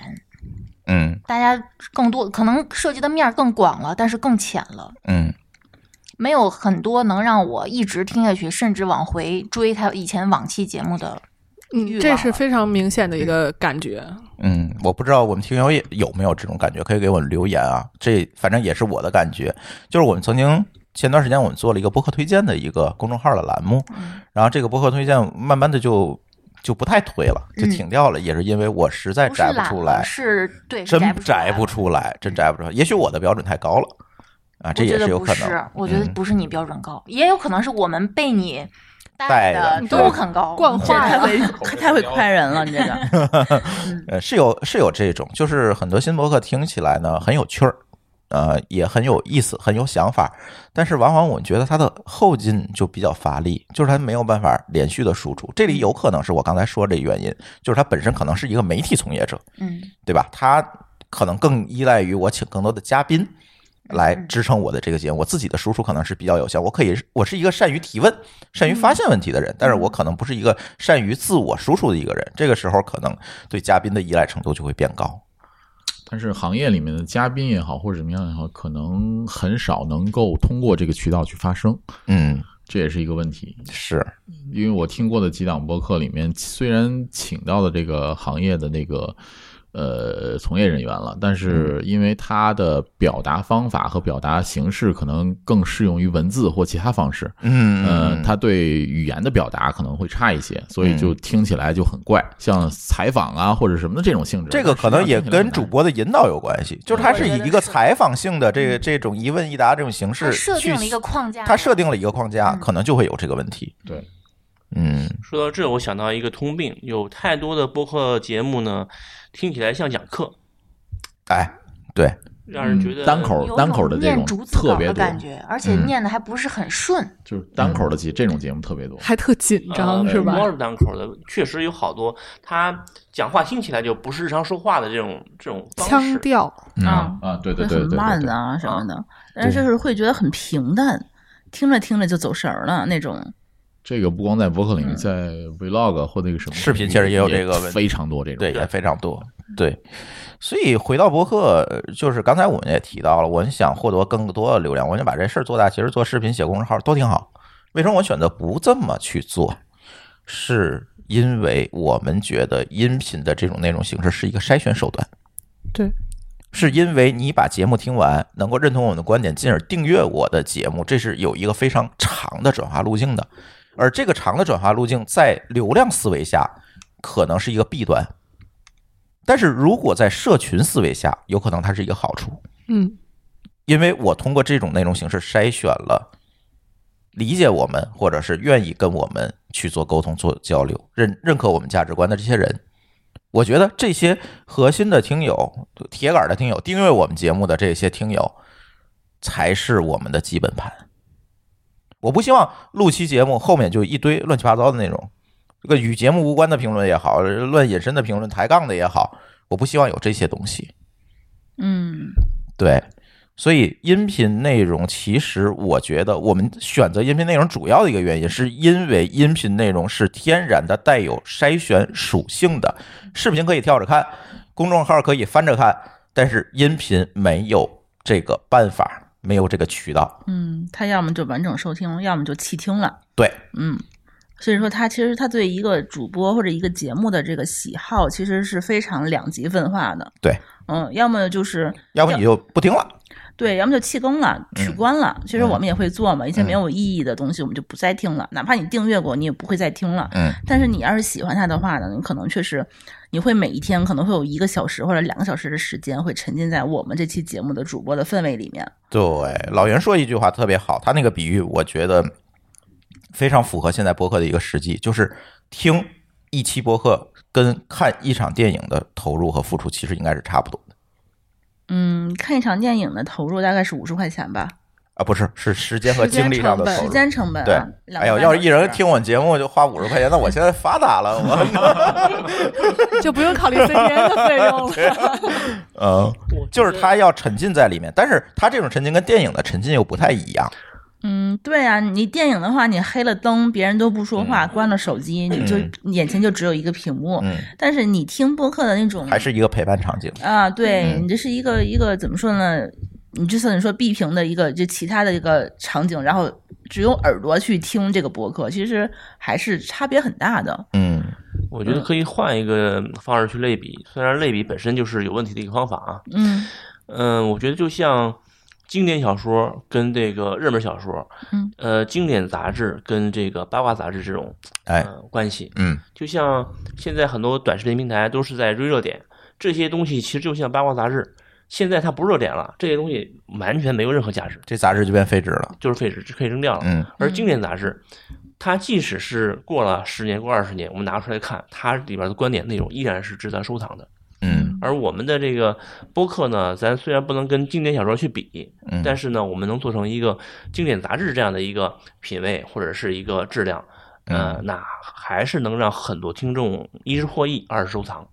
S1: 嗯
S7: 大家更多可能涉及的面儿更广了，但是更浅了。
S1: 嗯
S7: 没有很多能让我一直听下去，甚至往回追他以前往期节目的。欲
S3: 嗯，
S7: 望
S3: 这是
S7: 了
S3: 非常明显的一个感觉。
S1: 嗯，我不知道我们听友也有没有这种感觉，可以给我留言啊。这反正也是我的感觉，就是我们曾经前段时间我们做了一个播客推荐的一个公众号的栏目，
S7: 嗯
S1: 然后这个播客推荐慢慢的就就不太推了，就
S7: 嗯
S1: 停掉了，也是因为我实在
S7: 不是
S1: 摘不
S7: 懒
S1: 出
S7: 了
S1: 来，
S7: 是对，是
S1: 真
S7: 摘
S1: 摘不
S7: 不出来了。
S1: 出来，真摘不出来。也许我的标准太高了啊，这
S7: 我
S1: 也
S7: 觉得
S1: 有
S7: 不
S1: 可
S7: 是
S1: 能。
S7: 我觉得
S1: 嗯
S7: 不是你标准高，也有可能是我们被你
S1: 带
S7: 带
S1: 的
S7: 的
S3: 是
S7: 都
S3: 吧
S7: 很高，
S3: 惯
S2: 这
S3: 坏
S2: 太
S3: 了
S2: 会嗯 太会夸人了，你这个，
S1: 呃，是有是有这种，就是很多新博客听起来呢很有趣儿，呃也很有意思，很有想法，但是往往我觉得它的后劲就比较乏力，就是它没有办法连续的输出。这
S7: 嗯
S1: 里有可能是我刚才说这原因，就是它本身可能是一个媒体从业者，
S7: 嗯，
S1: 对吧？它可能更依赖于我请更多的嘉
S7: 嗯
S1: 宾。来支撑我的这个节目，我自己的输出可能是比较有效。我可以，我是一个善于提问、善于
S7: 嗯
S1: 发现问题的人，但是我可能不是一个善于自我输出的一个人。这个时候，可能对嘉宾的依赖程度就会变高。
S4: 但是行业里面的嘉宾也好，或者怎么样也好，可能很少能够通过这个渠道去发声，
S1: 嗯，
S4: 这也是一个问题。
S1: 是，
S4: 因为我听过的几档播客里面，虽然请到的这个行业的那个呃从业人员了，但
S1: 嗯
S4: 是因为他的表达方法和表达形式可能更适用于文字或其他方式，
S1: 嗯
S4: 呃，他对语言的表达可能会差一些，所以
S1: 嗯
S4: 就听起来就很怪，像采访啊或者什么的这种性质。
S1: 这个可能也跟主
S4: 播。
S1: 播的引导有关系，就是他是以一个采访性的这这种一问一答这种形
S7: 它
S1: 式
S7: 嗯设
S1: 去
S7: 定，了一个框架，
S1: 他设定了一个框架，
S7: 嗯
S1: 可能就会有这个问题。
S4: 对，
S1: 嗯，
S6: 说到这，我想到一个通病，有太多的播客节目呢，听起来像讲课，
S1: 哎，对，
S6: 让人觉得、呃
S4: 嗯单口
S7: 有
S4: 单口的这
S7: 念
S4: 种
S7: 逐字
S4: 特
S7: 稿
S4: 别
S7: 的
S4: 多，
S7: 感觉，而且
S1: 嗯
S7: 念的还不是很顺。
S4: 就是单口的节这种节目特别多。
S3: 还特紧
S4: 啊
S3: 张、
S6: 呃
S3: 是吧？
S6: 不是单口的，确实有好多他讲话听起来就不是日常说话的这种这种方
S3: 腔
S6: 式。
S3: 调
S1: 嗯
S4: 啊啊，对对
S2: 会
S4: 对
S2: 很
S4: 对对
S2: 慢
S4: 对，
S2: 啊什么的，但是就是会觉得很平淡，听着听着就走神儿了那种。
S4: 这个不光在博客领域，
S2: 嗯
S4: 在 vlog 或那个什么
S1: 视频其实也有这个问题
S4: 非常多这种。啊
S1: 对，也非常多。
S4: 嗯
S1: 对，所以回到博客，呃就是刚才我们也提到了，我们想获得更多的流量，我们想把这事儿做大。其实做视频、写公众号都挺好。为什么我选择不这么去做？是因为我们觉得音频的这种内容形式是一个筛选手段。
S3: 对，
S1: 是因为你把节目听完，能够认同我们的观点，进而订阅我的节目，这是有一个非常长的转化路径的。而这个长的转化路径，在流量思维下，可能是一个弊端。但是如果在社群思维下，有可能它是一个好处，
S3: 嗯，
S1: 因为我通过这种内容形式筛选了理解我们或者是愿意跟我们去做沟通、做交流、认认可我们价值观的这些人。我觉得这些核心的听友、铁杆的听友、订阅我们节目的这些听友，才是我们的基本盘。我不希望录期节目后面就一堆乱七八糟的内容，这个与节目无关的评论也好，乱引申的评论、抬杠的也好，我不希望有这些东西。
S2: 嗯，
S1: 对，所以音频内容其实我觉得我们选择音频内容主要的一个原因，是因为音频内容是天然的带有筛选属性的，视频可以跳着看，公众号可以翻着看，但是音频没有这个办法，没有这个渠道。
S2: 嗯，他要么就完整收听，要么就弃听了。
S1: 对，
S2: 嗯，所以说他其实他对一个主播或者一个节目的这个喜好，其实是非常两极分化的。
S1: 对，
S2: 嗯，要么就是
S1: 要不你就不听了。
S2: 对，要么就弃更了、取
S4: 嗯
S2: 关了。其实我们也会做嘛，一些没有意义的东西我们就不再听了，哪怕你订阅过，你也不会再听了。
S1: 嗯，
S2: 但是你要是喜欢它的话呢，你可能确实你会每一天可能会有一个小时或者两个小时的时间会沉浸在我们这期节目的主播的氛围里面。
S1: 对，老袁说一句话特别好，他那个比喻我觉得非常符合现在播客的一个实际，就是听一期播客跟看一场电影的投入和付出其实应该是差不多的
S2: 嗯，看一场电影的投入大概是五十块钱吧，
S1: 啊，不是，是时间和精力上的投
S2: 时
S1: 入。
S2: 间成本、啊。
S1: 对，
S2: 两
S1: 哎
S2: 个
S1: 呦，
S2: 半
S1: 要是一
S2: 小时啊
S1: 人听我节目就花五十块钱，那我现在发达了， 我，
S3: 就不用考虑 CDN 的费用了。
S1: 嗯，
S6: 我
S1: 就是
S6: 觉得
S1: 他要沉浸在里面，但是他这种沉浸跟电影的沉浸又不太一样，
S2: 嗯，对啊，你电影的话，你黑了灯，别人都不说话，关了手机，你就、眼前就只有一个屏幕。
S1: 嗯，
S2: 但是你听播客的那种，
S1: 还是一个陪伴场景，
S2: 啊，对
S1: 嗯
S2: 你这是一个一个怎么说呢？你就算你说闭屏的一个就其他的一个场景，然后只用耳朵去听这个播客，其实还是差别很大的。
S1: 嗯
S6: 我觉得可以换一个方式去类比，虽然类比本身就是有问题的一个方法啊。
S2: 嗯
S6: 嗯，我觉得就像经典小说跟这个热门小说，
S2: 嗯，
S6: 呃，经典杂志跟这个八卦杂志这种
S1: 哎
S6: 呃关系，
S1: 嗯
S6: 就像现在很多短视频平台都是在追热点，这些东西其实就像八卦杂志，现在它不热点了，这些东西完全没有任何价值，
S1: 这杂志就变废纸了，
S6: 就是废纸，可以扔掉了。
S1: 嗯
S6: 而经典杂志，它即使是过了十年、过二十年，我们拿出来看，它里边的观点内容依然是值得收藏的。
S1: 嗯。
S6: 而我们的这个播客呢，咱虽然不能跟经典小说去比，
S1: 嗯
S6: 但是呢，我们能做成一个经典杂志这样的一个品味或者是一个质量，呃，那还是能让很多听众一是获益，二是收藏。
S2: 嗯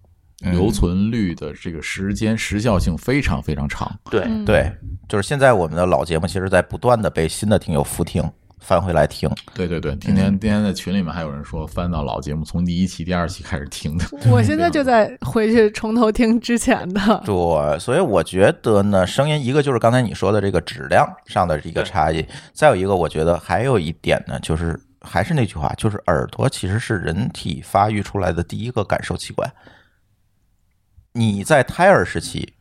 S4: 留存率的这个时间时效性非常非常长。
S6: 对，
S3: 嗯，
S1: 对，就是现在我们的老节目，其实在不断的被新的听友复听，翻回来听。
S4: 对对
S2: 嗯
S4: 对，天天今天在群里面还有人说翻到老节目，从第一期、第二期开始听的。
S3: 我现在就在回去从头听之前的。
S1: 对，所以我觉得呢，声音一个就是刚才你说的这个质量上的一个差异，再有一个，我觉得还有一点呢，就是还是那句话，就是耳朵其实是人体发育出来的第一个感受器官。你在胎儿时期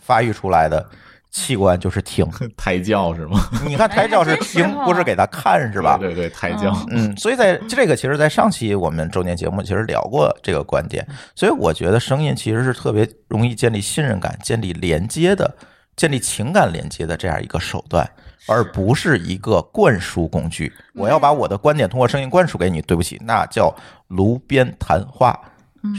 S1: 发育出来的器官就是听，
S4: 胎教是吗？
S1: 你看胎教是
S7: 哎还真是
S1: 听，
S7: 哈
S1: 不是给他看是吧？
S4: 对对，胎教。
S1: 嗯，所以在这个，其实，在上期我们周年节目其实聊过这个观点，所以我觉得声音其实是特别容易建立信任感、建立连接的、建立情感连接的这样一个手段，而不是一个灌输工具。我要把我的观点通过声音灌输给你，对不起，那叫炉边谈话，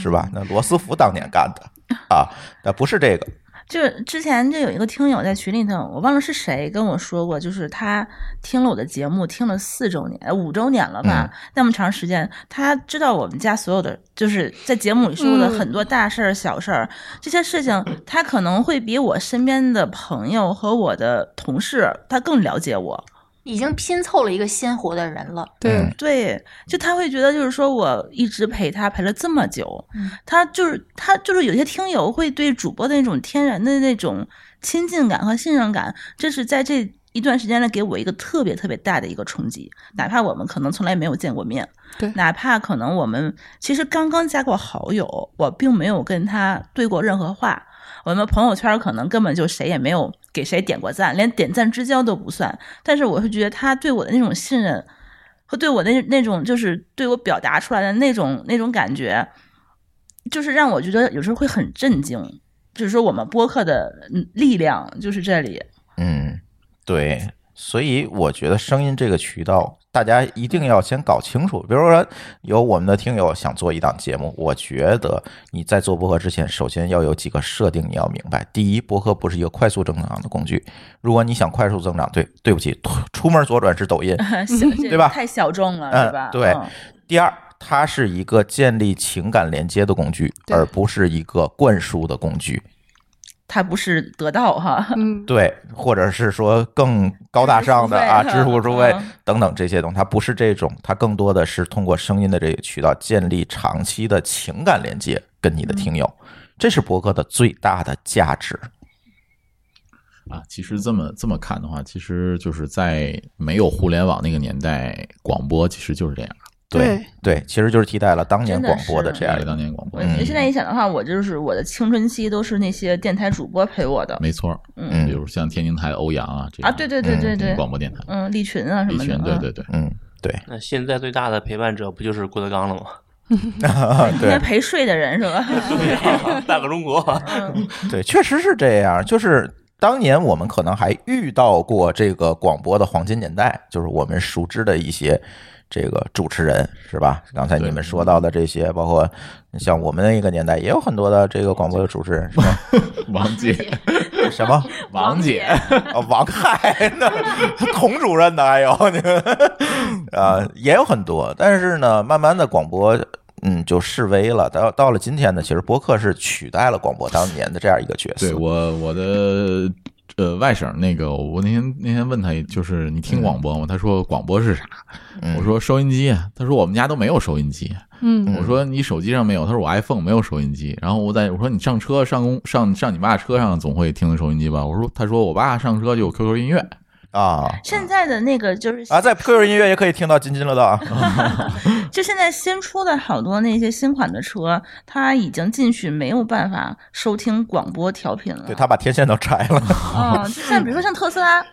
S1: 是吧？那罗斯福当年干的啊，那不是这个，
S2: 就之前就有一个听友在群里头，我忘了是谁跟我说过，就是他听了我的节目，听了四周年、呃五周年了吧，那么长时间，他知道我们家所有的，就是在节目里说的
S3: 嗯
S2: 很多大事儿、小事儿，这些事情，他可能会比我身边的朋友和我的同事，他更了解我。
S7: 已经拼凑了一个鲜活的人了。
S3: 对，
S1: 嗯
S2: 对，就他会觉得就是说我一直陪他陪了这么久，
S7: 嗯
S2: 他就是他就是有些听友会对主播的那种天然的那种亲近感和信任感，这是在这一段时间内给我一个特别特别大的一个冲击。哪怕我们可能从来没有见过面，
S3: 对
S2: 哪怕可能我们其实刚刚加过好友，我并没有跟他对过任何话，我们朋友圈可能根本就谁也没有给谁点过赞，连点赞之交都不算。但是我会觉得他对我的那种信任，和对我那那种就是对我表达出来的那种那种感觉，就是让我觉得有时候会很震惊。就是说，我们播客的嗯力量就是这里，
S1: 嗯，对，所以我觉得声音这个渠道，大家一定要先搞清楚。比如说，有我们的听友想做一档节目，我觉得你在做播客之前，首先要有几个设定你要明白。第一，播客不是一个快速增长的工具，如果你想快速增长，对，对不起，出出门左转是抖音。
S2: 小这
S1: 对吧
S2: 太小众了，
S1: 嗯
S2: 对吧？
S1: 对第二，它是一个建立情感连接的工具，
S3: 对
S1: 而不是一个灌输的工具。
S2: 它不是得到哈，
S3: 嗯，
S1: 对，或者是说更高大上的啊，
S2: 知
S1: 知
S2: 乎
S1: 乎
S2: 付
S1: 诸
S2: 费
S1: 位
S2: 嗯
S1: 等等这些东西，它不是这种，它更多的是通过声音的这个渠道建立长期的情感连接跟
S2: 嗯
S1: 你的听友，这是博客的最大的价值。
S4: 啊，其实这么这么看的话，其实就是在没有互联网那个年代，广播其实就是这样，
S3: 嗯
S1: 对对，其实就是替代了当年
S2: 真的
S1: 广播的
S2: 是
S1: 这
S4: 代
S1: 样
S4: 理
S1: 一
S4: 当
S1: 个。
S4: 年广播
S2: 我，现在一想的话，我就是我的青春期都是那些电台主播陪我的
S4: 没错儿。
S2: 嗯
S4: 比如像天津台、欧阳啊这
S2: 啊，
S4: 种
S2: 对对对对
S4: 嗯
S2: 对，
S4: 广播电台，
S2: 嗯，利群啊什
S4: 李
S2: 么的，
S4: 群，对
S2: 嗯
S4: 对对，
S1: 嗯，对，
S6: 那现在最大的陪伴者不就是郭德纲了 吗？
S2: 天天
S1: 对
S2: 陪睡的人是吧？
S6: 啊大个中国，
S1: 对，确实是这样，就是。当年我们可能还遇到过这个广播的黄金年代，就是我们熟知的一些这个主持人，是吧？刚才
S4: 嗯
S1: 你们说到的这些，包括像我们那个年代，也有很多的这个广播的主持人，是吧？
S2: 嗯
S4: 王姐，
S1: 什 么？
S4: 王姐，
S1: 啊，王亥呢？ 童主任呢？还有你们啊，也有很多，但是呢，慢慢的广播。嗯，就示威了。到到了今天呢，其实播客是取代了广播当年的这样一个角色。
S4: 对我我的呃外省那个，我那天那天问他，就是你听广播吗？他说广播是啥？
S1: 嗯
S4: 我说收音机啊。他说我们家都没有收音机。
S3: 嗯，
S4: 我说你手机上没有？他说我 iPhone 没有收音机。然后我在我说你上车上公上上你爸车上总会听收音机吧？我说他说我爸上车就有 QQ 音乐，
S1: 啊
S2: 现在的那个就是
S1: 啊，在 QQ 音乐也可以听到津津乐道啊。
S2: 就现在新出的好多那些新款的车，它已经进去没有办法收听广播调频了。
S1: 对他把天线都拆了，
S2: 嗯，就像比如说像特斯拉，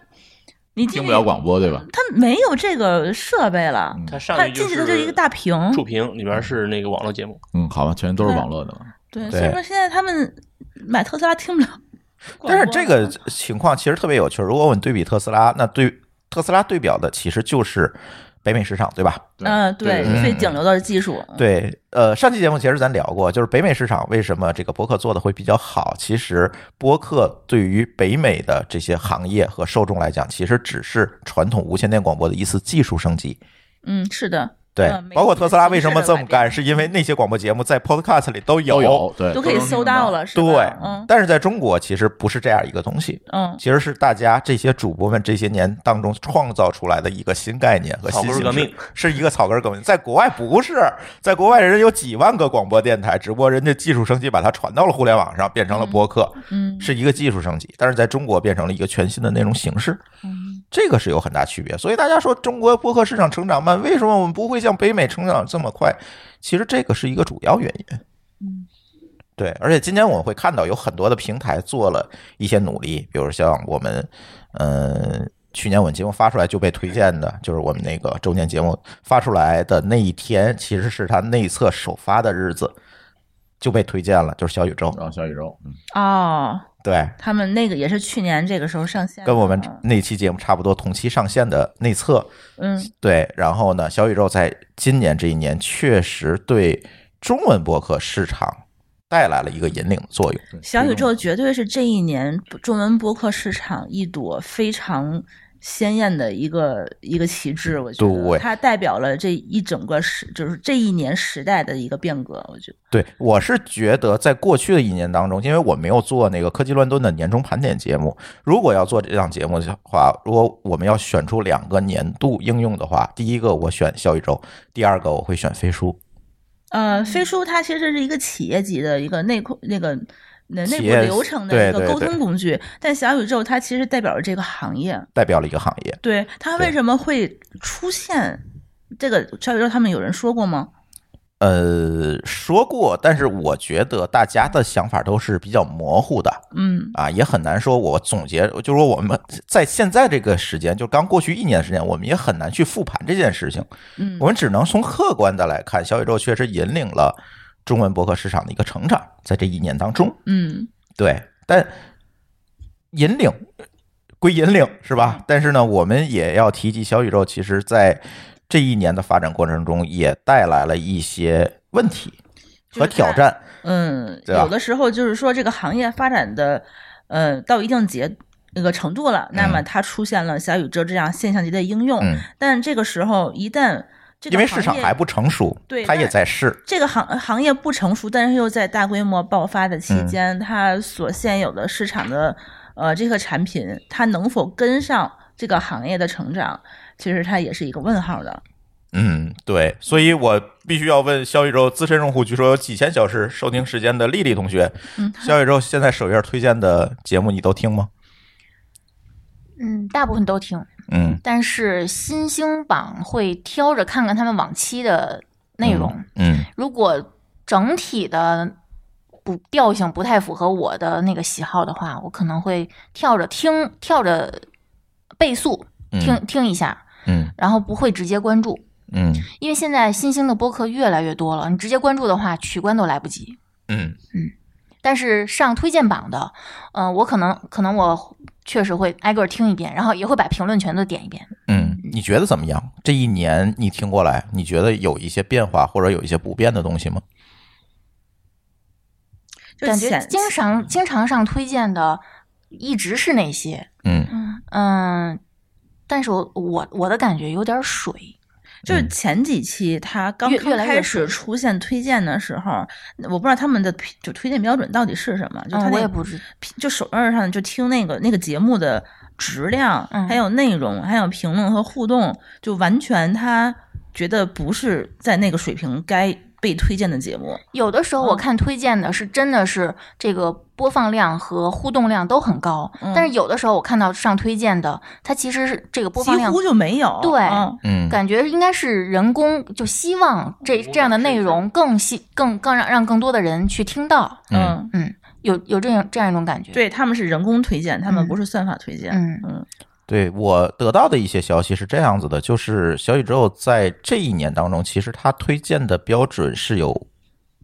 S2: 你进
S4: 听
S2: 去
S4: 不了广播对吧？
S2: 它没有这个设备了，
S4: 嗯
S6: 他上
S2: 它
S6: 去
S2: 进
S6: 就
S2: 去
S6: 是
S2: 的就一个大屏。
S6: 触屏，里边是那个网络节目。
S4: 嗯，好吧，全都是网络的了。
S2: 对，
S1: 对
S2: 所以说现在他们买特斯拉听不了广播。
S1: 但是这个情况其实特别有趣。如果我们对比特斯拉，那对特斯拉对表的其实就是北美市场，对吧？
S4: 对
S2: 嗯，对
S1: 对，
S2: 最顶流的技术，
S1: 对，
S2: 嗯
S1: 呃，上期节目其实咱聊过，就是北美市场为什么这个播客做的会比较好。其实播客对于北美的这些行业和受众来讲，其实只是传统无线电广播的一次技术升级。
S2: 嗯，是的，
S1: 对
S2: 嗯，没
S1: 包括特斯拉
S2: 形式
S1: 为什么
S2: 的
S1: 这
S2: 改
S1: 么
S2: 变
S1: 干，是因为那些广播节目在 Podcast 里都
S4: 都
S1: 有。
S4: 有，对，
S2: 都可以
S4: 能
S2: 搜
S4: 听到
S2: 到。了，是吧？
S1: 对，
S2: 嗯
S1: 但是在中国其实不是这样一个东西，
S2: 嗯，
S1: 其实是大家这些主播们这些年当中创造出来的一个新概念和
S6: 草
S1: 新
S6: 根
S1: 形式
S6: 革命，
S1: 是一个草根革命。在国外不是，在国外人有几万个广播电台，只不过人家技术升级把它传到了互联网上，变成了播客，
S2: 嗯
S1: 是一个技术升级。但是在中国变成了一个全新的内容形式，这个是有很大区别。所以大家说中国播客市场成长慢，为什么我们不会像北美成长这么快？其实这个是一个主要原因。对，而且今年我们会看到有很多的平台做了一些努力，比如像我们，呃，去年我们节目发出来就被推荐的，就是我们那个周年节目发出来的那一天，其实是它内测首发的日子就被推荐了，就是小宇宙。
S4: 然后小宇宙，嗯
S2: 哦，
S1: 对，
S2: 他们那个也是去年这个时候上线的，
S1: 跟我们那期节目差不多，同期上线的内测，
S2: 嗯
S1: 对，然后呢，小宇宙在今年这一年确实对中文播客市场带来了一个引领的作用。
S4: 对
S2: 小宇宙绝对是这一年中文播客市场一朵非常鲜艳的一个一个旗帜，我觉
S1: 对
S2: 得它代表了这一整个时，就是这一年时代的一个变革，我觉得。
S1: 对，我是觉得在过去的一年当中，因为我没有做那个科技乱炖的年终盘点节目，如果要做这档节目的话，如果我们要选出两个年度应用的话，第一个我选小宇宙，第二个我会选飞书。
S2: 呃，飞书它其实是一个企业级的一个内控那个。那内
S1: 企
S2: 部
S1: 业
S2: 流程的
S1: 对
S2: 一个
S1: 对
S2: 沟
S1: 对
S2: 通工具，但小宇宙它其实代表着这个行业，
S1: 代表了一个行业，
S2: 对它
S1: 对
S2: 为什么会出现这个小宇宙？他们有人说过吗？
S1: 呃，说过，但是我觉得大家的想法都是比较模糊的，
S2: 嗯
S1: 啊，也很难说我总结，就是说我们在现在这个时间，就刚过去一年的时间，我们也很难去复盘这件事情。
S2: 嗯
S1: 我们只能从客观的来看，小宇宙确实引领了中文博客市场的一个成长，在这一年当中，
S2: 嗯
S1: 对，但引领归引领是吧？但是呢，我们也要提及小宇宙，其实在这一年的发展过程中，也带来了一些问题和挑战。
S2: 嗯，
S1: 对吧
S2: 有的时候就是说这个行业发展的呃到一定节那个程度了，那么
S1: 嗯
S2: 它出现了小宇宙这样现象级的应用，
S1: 嗯，
S2: 但这个时候一旦这个
S1: 因为市场
S2: 行业
S1: 还不成熟，
S2: 对
S1: 它也
S2: 那
S1: 在试。
S2: 这个行行业不成熟，但是又在大规模爆发的
S1: 嗯
S2: 期间，它所现有的市场的呃这个产品，它能否跟上这个行业的成长，其实它也是一个问号的。
S1: 嗯，对，所以我必须要问小宇宙资深用户，据说有几千小时收听时间的丽丽同学，
S2: 嗯
S1: 小宇宙现在首页推荐的节目你都听吗？
S7: 嗯，大部分都听，
S1: 嗯，
S7: 但是新星榜会挑着看看他们往期的内容，
S1: 嗯，
S7: 如果整体的不调性不太符合我的那个喜好的话，我可能会跳着听，跳着倍速
S1: 嗯
S7: 听、听一下，
S1: 嗯
S7: 然后不会直接关注，
S1: 嗯
S7: 因为现在新兴的播客越来越多了，你直接关注的话，取关都来不及。
S1: 嗯
S7: 但是上推荐榜的，嗯、我可能可能我确实会挨个儿听一遍，然后也会把评论全都点一遍。
S1: 嗯，你觉得怎么样？这一年你听过来，你觉得有一些变化或者有一些不变的东西吗？
S2: 就
S7: 感觉
S2: 显
S7: 经常经常上推荐的一直是那些，
S1: 嗯
S7: 嗯，但是我我我的感觉有点水，
S2: 就是前几期它刚
S7: 嗯越
S2: 刚
S7: 越来越
S2: 开始出现推荐的时候，我不知道他们的推就推荐标准到底是什么，就他
S7: 嗯，我
S2: 那
S7: 也
S2: 个
S7: 不知，
S2: 就手腕上就听那个那个节目的质量，
S7: 嗯
S2: 还有内容，还有评论和互动，就完全他觉得不是在那个水平该被推荐的节目。
S7: 有的时候我
S2: 嗯
S7: 看推荐的是真的是这个播放量和互动量都很高，
S2: 嗯
S7: 但是有的时候我看到上推荐的，它其实是这个播
S2: 几
S7: 放量
S2: 乎。就没有。
S7: 对
S2: 嗯
S1: 嗯
S7: 感觉应该是人工，就希望这
S6: 嗯
S7: 这样的内容更吸、更更让让更多的人去听到，
S1: 嗯
S2: 嗯，
S7: 嗯，有有这样这样一种感觉，，
S2: 对，他们是人工推荐，他们
S7: 嗯
S2: 不是算法推荐。
S7: 嗯
S2: 嗯
S1: 对我得到的一些消息是这样子的，就是小宇宙在这一年当中，其实它推荐的标准是有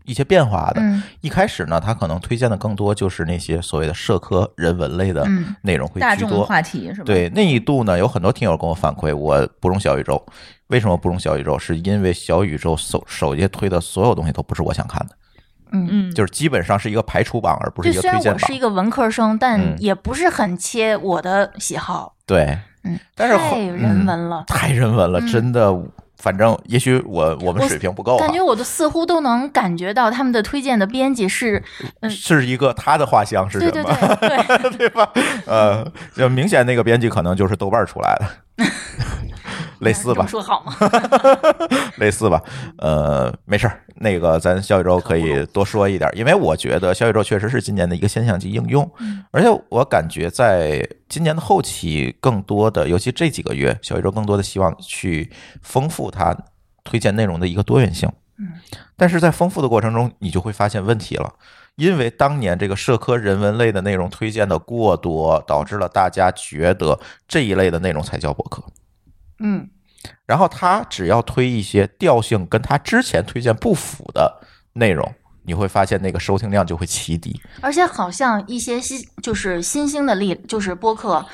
S1: 一些变化的。
S7: 嗯
S1: 一开始呢，他可能推荐的更多就是那些所谓的社科人文类的
S7: 嗯
S1: 内容会
S2: 大
S1: 居
S2: 众
S1: 多。
S2: 话题是吧？，
S1: 对那一度呢，有很多听友跟我反馈，我不用小宇宙。为什么不用小宇宙？是因为小宇宙首首页推的所有东西都不是我想看的，
S7: 嗯。
S2: 嗯，
S1: 就是基本上是一个排除榜，而不是
S7: 对，
S1: 一个
S7: 虽然
S1: 推荐
S7: 我
S1: 榜
S7: 是一。个文科生，但
S1: 嗯
S7: 也不是很切我的喜好。
S1: 对，
S7: 嗯，
S1: 但是后
S7: 太人文
S1: 嗯
S7: 了，
S1: 太人文了，
S7: 嗯
S1: 真的。反正也许我我们
S7: 我
S1: 水平不够、啊，
S7: 感觉我都似乎都能感觉到他们的推荐的编辑是，嗯
S1: 是一个他的画像是什
S7: 对
S1: 么？
S7: 对对对，
S1: 对吧？呃，就明显那个编辑可能就是豆瓣儿出来的， 类似
S7: 这么
S1: 吧，
S7: 说好吗？
S1: 类似吧。呃，没事儿，那个咱小宇宙可以多说一点儿，因为我觉得小宇宙确实是今年的一个现象级应用，而且我感觉在今年的后期，更多的，尤其这几个月，小宇宙更多的希望去丰富它推荐内容的一个多元性。但是在丰富的过程中，你就会发现问题了，因为当年这个社科人文类的内容推荐的过多，导致了大家觉得这一类的内容才叫博客。
S7: 嗯，
S1: 然后他只要推一些调性跟他之前推荐不符的内容，你会发现那个收听量就会奇低。
S7: 而且好像一些新就是新兴的例，就是播客，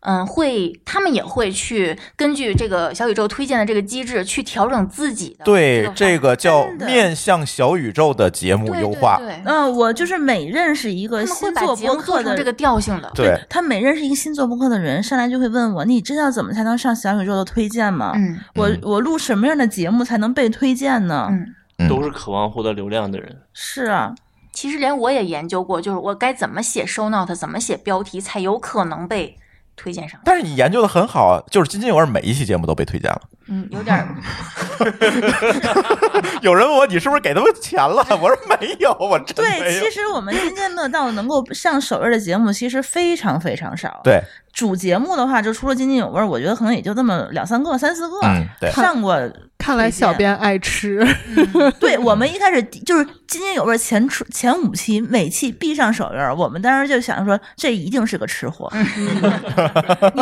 S7: 嗯，会他们也会去根据这个小宇宙推荐的这个机制去调整自己的
S1: 对，这
S7: 这
S1: 个叫
S2: 真的
S1: 面向小宇宙的节目
S7: 对
S1: 优化。
S7: 对对
S2: 嗯、我就是每认识一
S7: 他
S2: 个
S7: 们会
S2: 新
S7: 把
S2: 做
S7: 节目
S2: 播
S7: 做
S2: 客
S7: 成
S2: 的
S7: 这个调性的，
S1: 对，
S2: 他每认识一个新做播客的人，上来就会问我：“你知道怎么才能上小宇宙的推荐吗？
S7: 嗯
S2: 我
S1: 嗯
S2: 我录什么样的节目才能被推荐呢？”
S7: 嗯。
S1: 嗯
S6: 都是渴望获得流量的人。
S2: 是啊，
S7: 其实连我也研究过，就是我该怎么写 show note，怎么写标题才有可能被推荐上。
S1: 但是你研究的很好啊，就是津津有味，每一期节目都被推荐了。
S7: 嗯，有点儿
S1: 有人问我你是不是给他们钱了？我说没有，我真
S7: 嗯
S2: 对，
S1: 没有
S2: 其。实我们津津乐道能够上首页的节目其实非常非常少。，
S1: 对，
S2: 主节目的话，就除了津津有味儿，我觉得可能也就那么两三个、三四个、
S1: 嗯，对，
S2: 上过。
S3: 看来小编爱吃，
S2: 对我们一开始就是津津有味儿前出前五期，每期必上首页儿，我们当时就想说这一定是个吃货。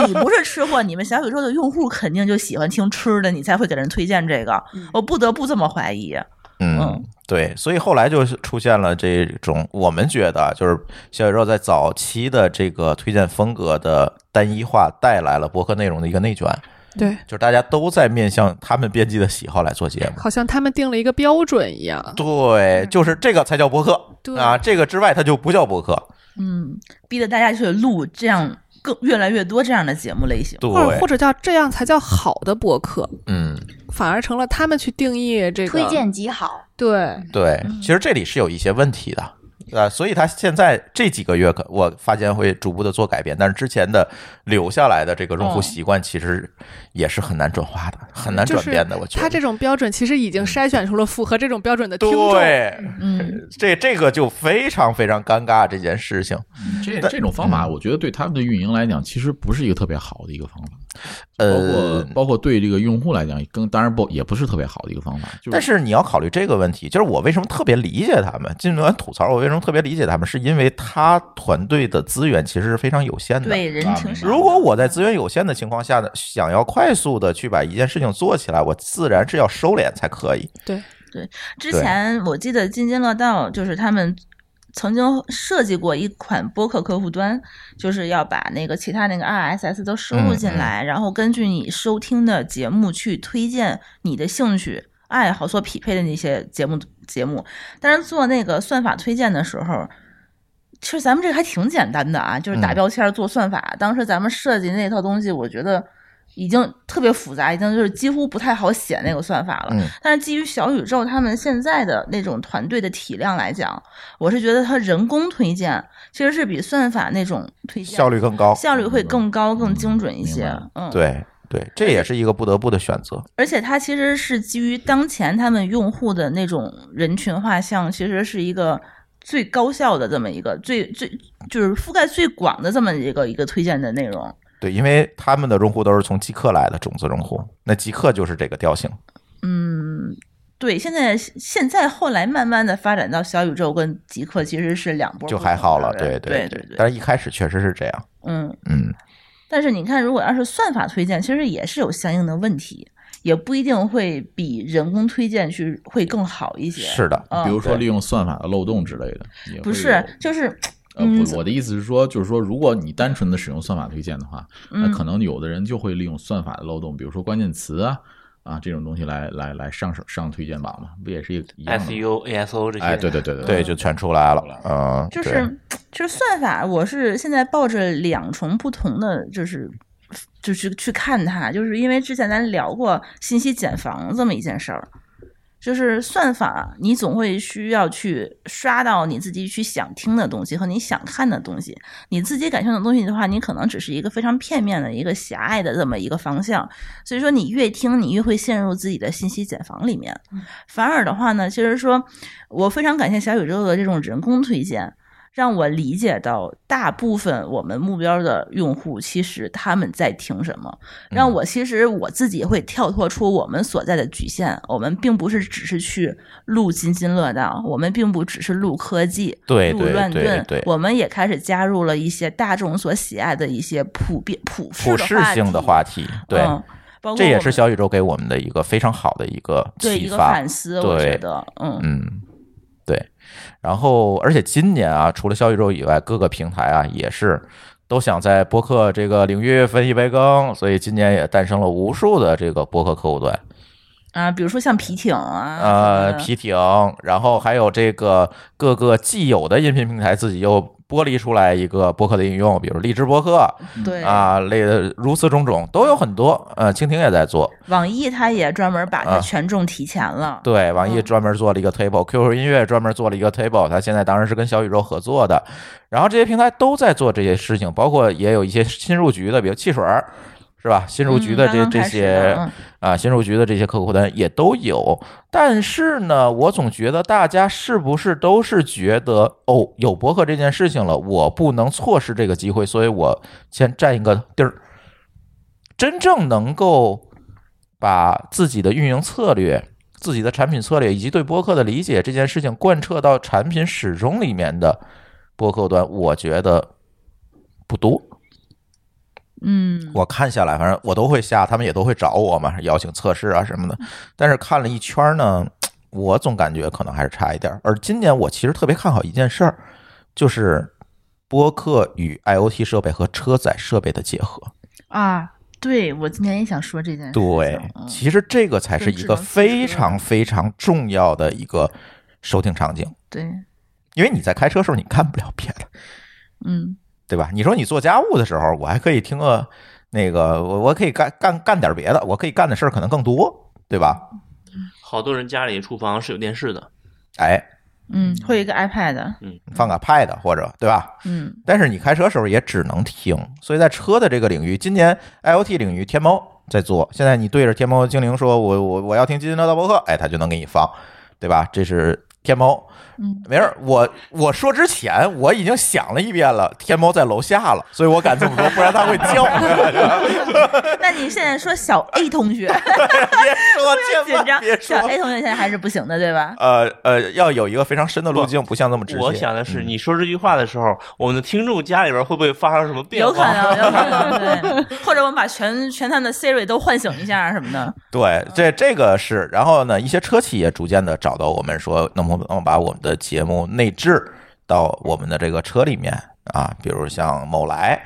S2: 你不是吃货，你们小宇宙的用户肯定就喜欢听吃的，你才会给人推荐这个。我不得不这么怀疑。
S1: 嗯
S2: 嗯，
S1: 对，所以后来就是出现了这种我们觉得啊就是小宇宙在早期的这个推荐风格的单一化，带来了博客内容的一个内卷，
S3: 对，
S1: 就是大家都在面向他们编辑的喜好来做节目。
S3: 好像他们定了一个标准一样。
S1: 对，就是这个才叫博客
S3: 对
S1: 啊，这个之外它就不叫博客。
S2: 嗯，逼得大家去录这样更越来越多这样的节目类型。
S1: 对，
S3: 或者或者叫这样才叫好的播客，
S1: 嗯，
S3: 反而成了他们去定义这个
S7: 推。荐极好。
S3: 对，
S1: 对，其实这里是有一些问题的。啊，所以它现在这几个月可我发现会逐步的做改变，但是之前的留下来的这个用户
S2: 哦
S1: 习惯其实也是很难转化的，很难
S3: 嗯就
S1: 转
S3: 是
S1: 变的。我觉得
S3: 他这种标准其实已经筛选出了符合这种标准的听众。
S1: 对，
S2: 嗯，
S1: 这这个就非常非常尴尬这件事情。
S4: 这
S1: 但
S4: 这种方法，我觉得对他们的运营来讲，其实不是一个特别好的一个方法，包
S1: 呃
S4: 括，包括对这个用户来讲，更当然不也不是特别好的一个方法。就
S1: 但是你要考虑这个问题，就是我为什么特别理解他们？金文吐槽我为什么特别理解他们，是因为他团队的资源其实是非常有限的。
S2: 对，人挺少的。
S1: 如果我在资源有限的情况下呢，想要快速的去把一件事情做起来，我自然是要收敛才可以。
S3: 对，
S2: 之
S1: 对
S2: 前我记得津津乐道就是他们曾经设计过一款播客客户端，就是要把那个其他那个 RSS 都收
S1: 嗯
S2: 录进来，然后根据你收听的节目去推荐你的兴趣爱好所匹配的那些节目节目。但是做那个算法推荐的时候。其实咱们这个还挺简单的啊，就是打
S1: 嗯
S2: 标签儿做算法。当时咱们设计那套东西，我觉得已经特别复杂，已经就是几乎不太好写那个算法了。
S1: 嗯
S2: 但是基于小宇宙他们现在的那种团队的体量来讲，我是觉得它人工推荐其实是比算法那种推荐
S1: 效率更高。嗯
S2: 效率会更高、更精准一
S4: 明
S2: 些
S4: 白。
S2: 嗯，。
S1: 对对，这也是一个不得不的选择。
S2: 而且它其实是基于当前他们用户的那种人群画像，其实是一个最高效的这么一个最最就是覆盖最广的这么一个一个推荐的内容。
S1: 对，因为他们的用户都是从极客来的种子用户，那极客就是这个调性。
S2: 嗯，对，现在现在后来慢慢的发展到小宇宙跟极客其实是两波不同的人，
S1: 就还好了，对对
S2: 对对，
S1: 但是一开始确实是这样，
S2: 嗯。
S1: 嗯，
S2: 但是你看，如果要是算法推荐，其实也是有相应的问题，也不一定会比人工推荐去会更好一些。
S1: 是的，
S2: 嗯，
S4: 比如说
S1: 对
S4: 利用算法的漏洞之类的，也
S2: 不
S4: 会
S2: 是
S4: 有，
S2: 就是
S4: 呃，
S2: 嗯
S4: 我我的意思是说，就是说，如果你单纯的使用算法推荐的话，那
S2: 嗯
S4: 可能有的人就会利用算法的漏洞，比如说关键词啊啊这种东西来来来上手上推荐榜嘛，不也是一一样的吗？
S6: SU、ASO E 这些，
S4: 哎，对对对对
S1: 对，就全出来了，嗯，
S2: 就
S1: 对
S2: 是就是算法，我是现在抱着两重不同的，就是就是去看它，就是因为之前咱聊过信息茧房这么一件事儿，就是算法，你总会需要去刷到你自己去想听的东西和你想看的东西，你自己感兴趣的东西的话，你可能只是一个非常片面的一个狭隘的这么一个方向，所以说你越听，你越会陷入自己的信息茧房里面。
S1: 嗯
S2: 反而的话呢，其实说我非常感谢小宇宙的这种人工推荐，让我理解到大部分我们目标的用户其实他们在听什么，
S1: 嗯
S2: 让我其实我自己会跳脱出我们所在的局限，我们并不是只是去录津津乐道，我们并不只是录科技，
S1: 对
S2: 录
S1: 对
S2: 乱
S1: 对
S2: 炖，
S1: 对
S2: 我们也开始加入了一些大众所喜爱的一些普遍普
S1: 普世性的话
S2: 话题，
S1: 题，对，
S2: 嗯、包括
S1: 这也
S2: 我
S1: 是
S2: 们
S1: 小宇宙给我们的一个非常好的一个
S2: 对一
S1: 启
S2: 个
S1: 发
S2: 反，思，我
S1: 对
S2: 觉得，嗯
S1: 嗯，对。然后，而且今年啊，除了小宇宙以外，各个平台啊也是都想在播客这个领域分一杯羹，所以今年也诞生了无数的这个播客客户端，
S2: 啊，比如说像皮艇啊，
S1: 呃，
S2: 什么的
S1: 皮艇，然后还有这个各个既有的音频平台自己又剥离出来一个播客的应用，比如荔枝播客
S2: 对，
S1: 啊，类的如此种种都有很多。呃，蜻蜓也在做，
S2: 网易它也专门把它
S1: 啊
S2: 权重提前了，
S1: 对，网易
S2: 嗯
S1: 专门做了一个 table，QQ 音乐专门做了一个 table，它现在当然是跟小宇宙合作的。然后这些平台都在做这些事情，包括也有一些新入局的，比如汽水儿，是吧？新入局的这、
S2: 嗯刚刚
S1: 这
S2: 开始的
S1: 些
S2: 嗯
S1: 啊，新入局的这些客户端也都有。但是呢，我总觉得大家是不是都是觉得哦，有博客这件事情了，我不能错失这个机会，所以我先占一个地儿。真正能够把自己的运营策略、自己的产品策略以及对播客的理解这件事情贯彻到产品始终里面的播客端，我觉得不多。
S2: 嗯，
S1: 我看下来，反正我都会下，他们也都会找我嘛，邀请测试啊什么
S2: 嗯
S1: 的。但是看了一圈呢，我总感觉可能还是差一点儿。而今年我其实特别看好一件事儿，就是播客与 IoT 设备和车载设备的结合。
S2: 啊，对我今天也想说这件事情，
S1: 对，
S2: 嗯
S1: 其实这个才是一个
S2: 就智能汽车
S1: 非常非常重要的一个收听场景，
S2: 对，
S1: 因为你在开车的时候你看不了别的，
S2: 嗯，
S1: 对吧？你说你做家务的时候，我还可以听个那个，我我可以干干干点别的，我可以干的事儿可能更多，对吧？
S6: 好多人家里厨房是有电视的，
S1: 哎，
S2: 嗯，会有一个 iPad，
S1: 放个 Pad 或者对吧？
S2: 嗯
S1: 但是你开车时候也只能听，所以在车的这个领域，今年 IoT 领域天猫在做。现在你对着天猫精灵说：“我我我要听津津乐道播客”，哎，它就能给你放，对吧？这是天猫。
S2: 嗯，
S1: 没事儿，我我说之前我已经想了一遍了，天猫在楼下了，所以我敢这么说，不然它会叫。
S2: 那你现在说小 A 同 学
S1: 别 说，
S2: 紧
S1: 千万
S2: 张
S1: 别，说
S2: 小。A 同学现在还是不行的，对吧？
S1: 呃呃，要有一个非常深的路径，不像这么直接。
S6: 我想的是，你说这句话的时候，我们的听众家里边会不会发生什么变
S2: 有可
S6: 化？
S2: 能，有可 能，对，或者我们把全全他们的 Siri 都唤醒一下什么的，
S1: 对，这
S2: 嗯
S1: 这个是，然后呢，一些车企也逐渐的找到我们说，能不能把我们的节目内置到我们的这个车里面啊？比如像某来、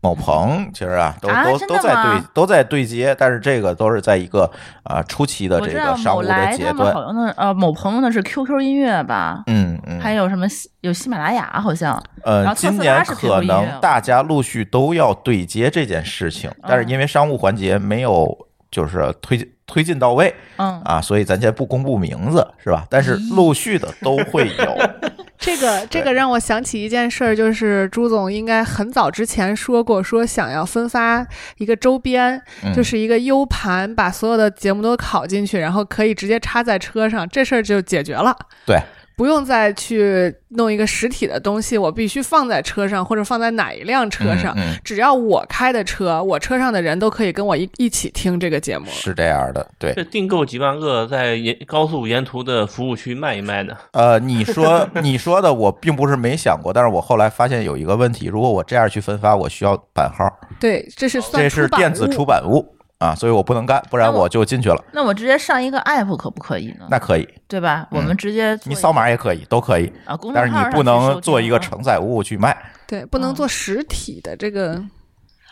S1: 某鹏，其实啊，都
S2: 啊
S1: 都
S2: 真的
S1: 都在对
S2: 吗
S1: 都在对接，但是这个都是在一个啊初期的
S2: 我
S1: 这
S2: 知道
S1: 个商
S2: 某
S1: 务的
S2: 来
S1: 阶
S2: 他们
S1: 段
S2: 好。像那呃某朋友那是 QQ 音乐吧，
S1: 嗯嗯，
S2: 还有什么喜有喜马拉雅好像，然
S1: 呃，
S2: 后特
S1: 今
S2: 斯拉
S1: 年
S2: 是 QQ
S1: 可
S2: 音乐
S1: 能大家陆续都要对接这件事情，但
S2: 嗯
S1: 是因为商务环节没有就是推进推进到位，
S2: 嗯，
S1: 啊，所以咱先不公布名字是吧？但是陆续的都会有
S8: 这个这个让我想起一件事儿，就是朱总应该很早之前说过，说想要分发一个周边，
S1: 嗯
S8: 就是一个 U 盘，把所有的节目都拷进去，然后可以直接插在车上，这事儿就解决了。
S1: 对。
S8: 不用再去弄一个实体的东西，我必须放在车上，或者放在哪一辆车上。
S1: 嗯嗯
S8: 只要我开的车，我车上的人都可以跟我一一起听这个节目。
S1: 是这样的，对
S6: 这，订购几万个在沿高速沿途的服务区卖一卖呢？
S1: 呃，你说你说的我并不是没想过，但是我后来发现有一个问题，如果我这样去分发，我需要版号，
S8: 对，这是算
S1: 这是
S8: 出版
S1: 电子
S8: 物
S1: 出版物，啊，所以我不能干，不然我就进去了。
S2: 那我直接上一个 app 可不可以呢？
S1: 那可以，
S2: 对吧？我们直接做
S1: 你
S2: 一
S1: 扫码也可以，都可以，
S2: 啊，公众
S1: 但是
S2: 号上
S1: 你不
S2: 去
S1: 能
S2: 收
S1: 做一个
S2: 听啊
S1: 承载物去卖。
S8: 对，不能
S2: 嗯
S8: 做实体的这个，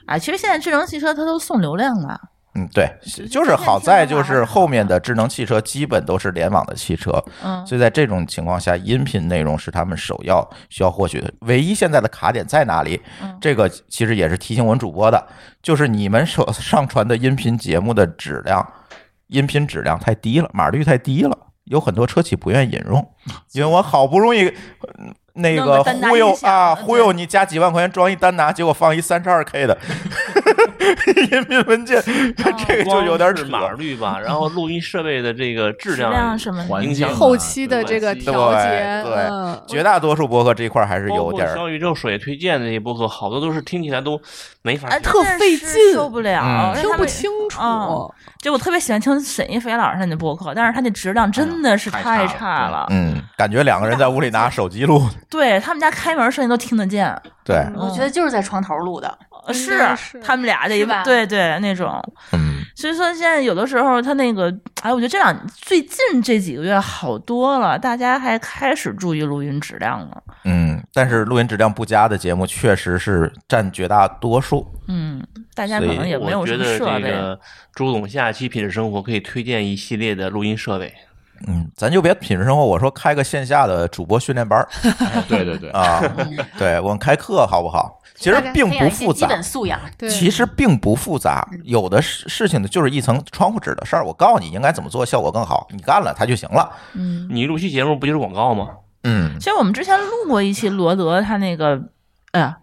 S2: 啊。其实现在智能汽车它都送流量了，
S1: 嗯，对，
S2: 是
S1: 就是好在就是后面的智能汽车基本都是联网的汽车，
S2: 嗯，
S1: 所以在这种情况下，音频内容是他们首要需要获取的。唯一现在的卡点在哪里
S2: 嗯？
S1: 这个其实也是提醒我们主播的，就是你们所 上传的音频节目的质量，音频质量太低了，码率太低了，有很多车企不愿意引 用，因为我好不容易。呃那
S2: 弄
S1: 个
S2: 个单拿
S1: 忽悠
S2: 音响嗯
S1: 啊，
S2: 对
S1: 忽悠你加几万块钱装一单拿，结果放一三十二 K 的 音频文
S2: 哦
S1: 件， 这个就有点扯
S6: 光是码率吧，然后录音设备的这个质
S2: 质量
S6: 量
S2: 什么的
S4: 环
S6: 影
S4: 境
S6: 响
S4: 啊
S8: 后期的这 个
S4: 对
S8: 调节，
S1: 嗯对对
S8: 嗯，
S1: 绝大多数博客这一块还是
S6: 包
S1: 有
S6: 括
S1: 点儿
S6: 小宇宙首页推荐的那些播客，好多都是听起来都没法
S2: 哎，
S6: 听。
S8: 特
S2: 真
S8: 费
S2: 是
S8: 劲
S2: 受不了
S1: 嗯，
S2: 因为
S8: 听
S2: 他
S8: 不
S2: 们。
S8: 清楚。
S2: 嗯就我特别喜欢听沈一菲老师他那播客，但是他那质量真的是
S4: 哎呀
S2: 太
S4: 太
S2: 差
S4: 差
S2: 了
S4: 了。
S1: 嗯，感觉两个人在屋里拿手机录，
S2: 对他们家开门声音都听得见，
S1: 对，
S8: 嗯
S7: 我
S4: 哦
S7: 觉得就是在床头录的，
S2: 呃
S8: 应该
S2: 是
S8: 是
S2: 他们俩这一
S7: 是吧
S2: 对对那种。
S1: 嗯，
S2: 所以说现在有的时候他那个，哎，我觉得这两最近这几个月好多了，大家还开始注意录音质量了。
S1: 嗯，但是录音质量不佳的节目确实是占绝大多数。
S2: 嗯，大家可
S1: 所以
S2: 能也没有
S6: 我
S2: 什
S6: 觉
S2: 么
S6: 得
S2: 设
S6: 这
S2: 备。
S6: 个朱总下一期品质生活可以推荐一系列的录音设备，
S1: 嗯，咱就别品质生活，我说开个线下的主播训练班儿
S4: 哎对对对，
S1: 啊，对我们开课好不好？其
S8: 大
S1: 实
S8: 家
S1: 并
S7: 培养
S1: 不
S7: 一些
S1: 复
S7: 基
S1: 杂，
S7: 本素养。
S8: 对，
S1: 其实并不复杂，有的事事情呢就是一层窗户纸的事儿。我告诉你应该怎么做，效果更好，你干了它就行了。
S2: 嗯，
S6: 你录期节目不就是广告吗？
S1: 嗯
S2: 其实我们之前录过一期罗德他那个，哎呀，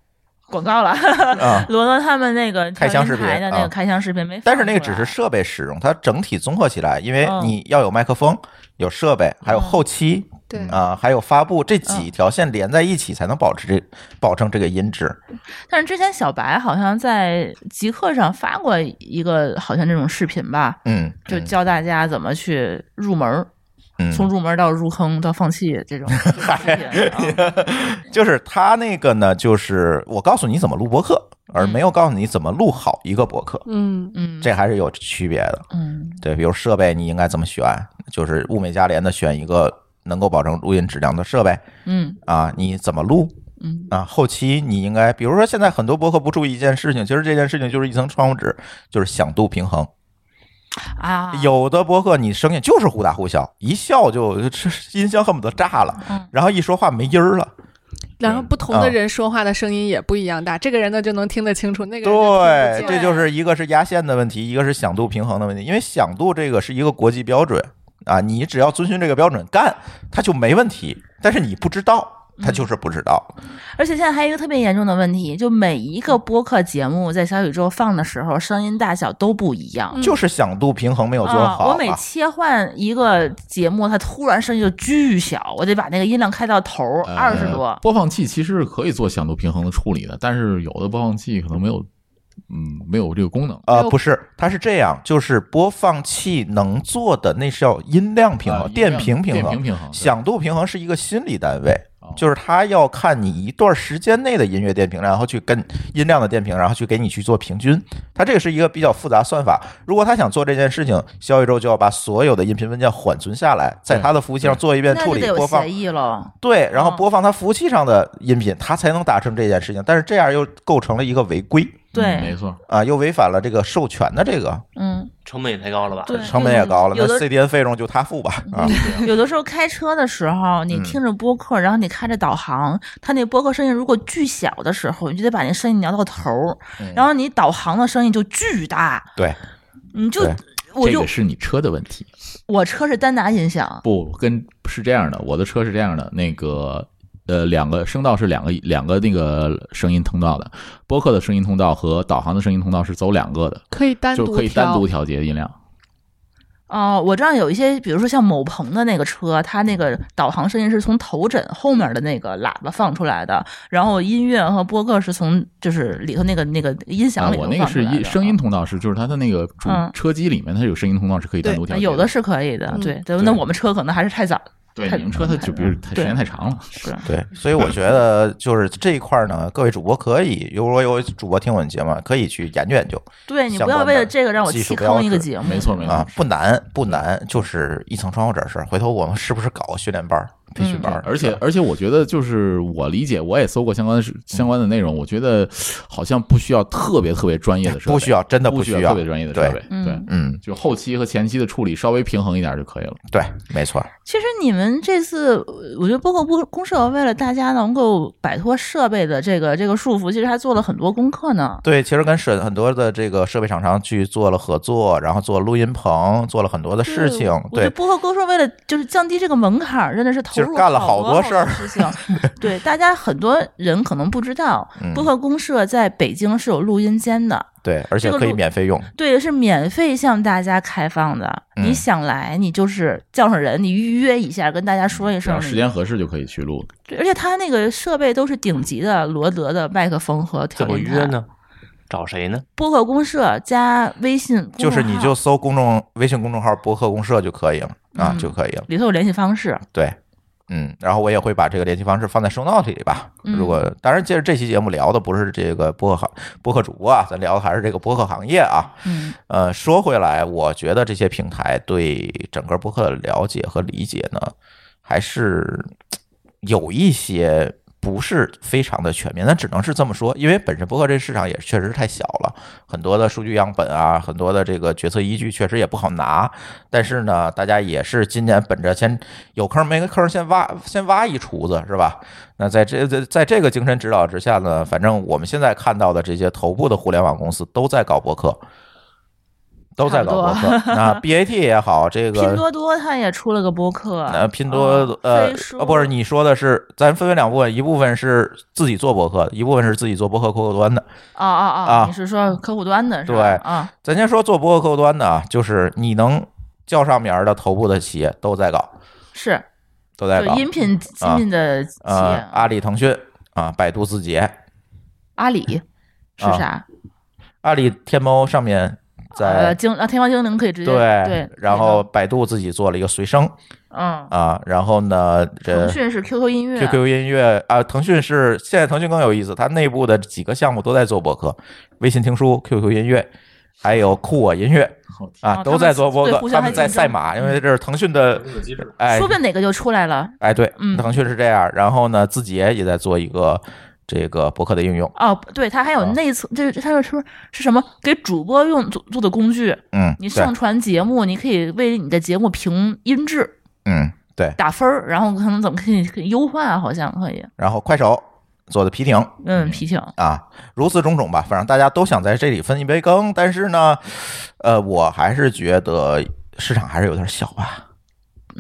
S2: 广告了，
S1: 啊，
S2: 罗德他们那个
S1: 开箱视频
S2: 调音台的那
S1: 啊
S2: 个开箱视频没放出来，
S1: 但是那个只是设备使用，它整体综合起来，因为
S2: 嗯
S1: 你要有麦克风、有设备，还有后期，
S8: 对
S1: 啊，还有发布这
S2: 嗯
S1: 几条线连在一起，才能保持这保证这个音质。
S2: 但是之前小白好像在极客上发过一个好像这种视频吧，
S1: 嗯，
S2: 就教大家怎么去入门儿，
S1: 嗯，
S2: 从入门到入坑到放弃 这种这种视频啊。
S1: 就是他那个呢，就是我告诉你怎么录播客，而没有告诉你怎么录好一个播客，
S8: 嗯，
S2: 嗯，
S1: 这还是有区别的。
S2: 嗯
S1: 对，比如设备你应该怎么选，就是物美价廉的选一个能够保证录音质量的设备
S2: 嗯
S1: 啊，你怎么录？
S2: 嗯
S1: 啊，后期你应该，比如说现在很多博客不注意一件事情，其实这件事情就是一层窗户纸，就是响度平衡。
S2: 啊，
S1: 有的博客你声音就是忽大忽小，一笑就这音箱恨不得炸了，
S2: 嗯
S1: 然后一说话没音儿了。
S8: 然后不
S4: 啊
S8: 同的
S1: 嗯
S8: 人说话的声音也不一样大，这个人呢就能听得清楚，那个人就
S1: 对，
S8: 听不
S1: 这
S8: 见
S1: 就是一个是压线的问题，一个是响度平衡的问题，因为响度这个是一个国际标准啊，你只要遵循这个标准干，它就没问题。但是你不知道，它就是不知道。
S2: 而且现在还有一个特别严重的问题，就每一个播客节目在小宇宙放的时候，声音大小都不一样。
S8: 嗯
S1: 就是响度平衡没有做
S2: 啊、
S1: 好、啊
S2: 我每切换一个节目，它突然声音就巨小，我得把那个音量开到头
S1: 嗯
S2: 二十、
S4: 呃
S2: 多。
S4: 播放器其实是可以做响度平衡的处理的，但是有的播放器可能没有，嗯，没有这个功能。
S1: 呃，
S8: 就
S1: 不是，它是这样，就是播放器能做的那是要啊音量平衡、
S4: 呃
S1: 电平平
S4: 电
S1: 衡、
S4: 平平衡，对
S1: 响度平衡是一个心理单位，
S4: 哦
S1: 就是它要看你一段时间内的音乐电平，然后去跟音量的电平，然后去给你去做平均。它这个是一个比较复杂算法。如果他想做这件事情，小宇宙就要把所有的音频文件缓存下来，在它的服务器上做一遍
S2: 那
S1: 处
S2: 就
S1: 理
S2: 得有
S1: 播放
S2: 协，议了，
S1: 对，然后
S2: 嗯
S1: 播放它服务器上的音频，它才能达成这件事情。但是这样又构成了一个违规
S4: 嗯没
S2: 对，
S4: 错，
S1: 啊，又违反了这个授权的这个
S2: 嗯，
S6: 成本也太高了吧？
S2: 对嗯
S1: 成本也高了，那
S2: 有的
S1: CDN 费用就他付吧啊。
S2: 有的时候开车的时候，你
S1: 嗯
S2: 听着播客，然后你开着导航，它那播客声音如果巨小的时候，你就得把那声音摇到头儿，
S4: 嗯
S2: 然后你导航的声音就巨大，
S1: 对，
S2: 你就
S1: 对
S2: 我
S4: 这
S2: 就
S4: 个是你车的问题。
S2: 我车是单拿音响，
S4: 不跟是这样的，我的车是这样的，那个呃，两个声道是两个两个那个声音通道的，播客的声音通道和导航的声音通道是走两个的，
S8: 可以单
S4: 就
S8: 独
S4: 可以单独调节音量。
S2: 哦，我知道有一些，比如说像某鹏的那个车，它那个导航声音是从头枕后面的那个喇叭放出来的，然后音乐和播客是从就是里头那个那个音
S4: 啊
S2: 响，里头
S4: 我
S2: 放出
S4: 那
S2: 来的。
S4: 个是音声音通道是，就是它的那个主
S2: 嗯
S4: 车机里面它有声音通道是可以单独调
S2: 啊
S4: 节
S2: 有的是可以的，
S8: 嗯
S2: 对对。
S4: 对
S2: 那我们车可能还是太早
S4: 对，
S2: 太
S4: 你们车它就比如它时
S2: 对
S4: 间太长了，
S2: 是
S1: 对，所以我觉得就是这一块儿呢，各位主播可以，如果有主播听我们节目，可以去研究研究
S2: 对你
S1: 相
S2: 不要
S1: 关
S2: 为
S1: 的
S2: 了这个让我
S1: 技术
S2: 弃
S1: 标
S2: 坑一个
S1: 志
S2: 节目，
S4: 没错没错
S1: 啊，。不难不难，就是一层窗户纸的事儿。回头我们是不是搞训练班儿、培训班儿？
S4: 而且而且，我觉得就是我理解，我也搜过相关的事
S1: 嗯
S4: 相关的内容，我觉得好像不需要特别特别专业的设备，
S1: 哎不需要，真的
S4: 不
S1: 需
S4: 特别专业的设备，
S2: 嗯
S4: 对，
S1: 嗯，
S4: 就后期和前期的处理稍微平衡一点就可以了。
S1: 对，没错。
S2: 其实你们这次，呃我觉得包括公公社为了大家能够摆脱设备的这个这个束缚，其实还做了很多功课呢。
S1: 对，其实跟设很多的这个设备厂商去做了合作，然后做录音棚，做了很多的事情
S2: 对。我觉得
S1: 对，
S2: 播客公社为了就是降低这个门槛儿，真的是投
S1: 其
S2: 入
S1: 实干了好
S2: 好
S1: 多事儿
S2: 好事 情。对，大家很多人可能不知道，
S1: 嗯
S2: 播客公社在北京是有录音间的，
S1: 对，而且
S2: 这个
S1: 可以
S2: 录
S1: 免费用。
S2: 对，是免费向大家开放的。
S1: 嗯
S2: 你想来，你就是叫上人，你预约一下，跟大家说一
S4: 只要
S2: 声。
S4: 时间合适就可以去 录。
S2: 对，而且他那个设备都是顶级的罗德的麦克风和调
S6: 怎么
S2: 音
S6: 约
S2: 台
S6: 呢？找谁呢？
S2: 播客公社加微信公众号，
S1: 就是你就搜公众微信公众号“博客公社”就可以了啊，
S2: 嗯
S1: 就可以了。
S2: 里头有联系方式。
S1: 对，嗯，然后我也会把这个联系方式放在 show note 里吧。
S2: 嗯
S1: 如果当然，接着这期节目聊的不是这个播客行播客主播啊，咱聊的还是这个播客行业啊。
S2: 嗯，
S1: 呃，说回来，我觉得这些平台对整个播客的了解和理解呢，还是有一些不是非常的全面，那只能是这么说，因为本身播客这市场也确实太小了，很多的数据样本啊，很多的这个决策依据确实也不好拿。但是呢，大家也是今年本着先有坑没个坑先挖先挖一厨子是吧？那在这在在这个精神指导之下呢，反正我们现在看到的这些头部的互联网公司都在搞播客。都在搞播客，那 BAT 也好，这个
S2: 拼多多它也出了个播客，
S1: 呃，拼多
S2: 啊
S1: 呃
S2: 飞书
S1: 呃，不是你说的是，咱分为两部分，一部分是自己做博客的，一部分是自己做博客客户端的。
S2: 啊啊
S1: 啊
S2: 啊！你是说客户端的是吧？
S1: 对
S2: 啊，
S1: 咱先说做博客客户端的啊，就是你能叫上名儿的头部的企业都在搞，
S2: 是
S1: 都在
S2: 就
S1: 搞。
S2: 音频
S1: 啊
S2: 亲近的企业，
S1: 呃，阿里、腾讯啊，百度、字节，
S2: 阿里是
S1: 啊
S2: 啥？
S1: 阿里天猫上面
S2: 呃，
S1: 在。
S2: 精啊，天猫精灵可以直接对，
S1: 然后百度自己做了一个随声
S2: 嗯，
S1: 啊，然后呢，这
S2: 腾讯是 QQ 音乐
S1: QQ 音乐啊，腾讯是现在腾讯更有意思，它内部的几个项目都在做博客，微信听书、QQ 音乐，还有酷我音乐
S4: 好
S1: 啊，
S2: 哦
S1: 都在做博客
S2: 他们，互
S1: 他
S2: 相还
S1: 们在
S2: 竞争嗯
S1: 赛马，因为这是腾讯的，哎
S2: 说不定哪个就出来了。
S1: 哎对，
S2: 嗯
S1: 腾讯是这样，然后呢，字节也在做一个这个博客的应用，
S2: 哦，对，它还有
S1: 啊
S2: 内测，这它是说是什么给主播用做做的工具？
S1: 嗯，
S2: 你
S1: 对
S2: 上，传节目，你可以为你的节目评音质
S1: 嗯对，
S2: 打分儿，然后可能怎么可以可以优化，啊好像可以，
S1: 然后快手做的皮艇，
S2: 嗯，皮艇，
S1: 啊，如此种种吧，反正大家都想在这里分一杯羹，但是呢，呃，我还是觉得市场还是有点小吧。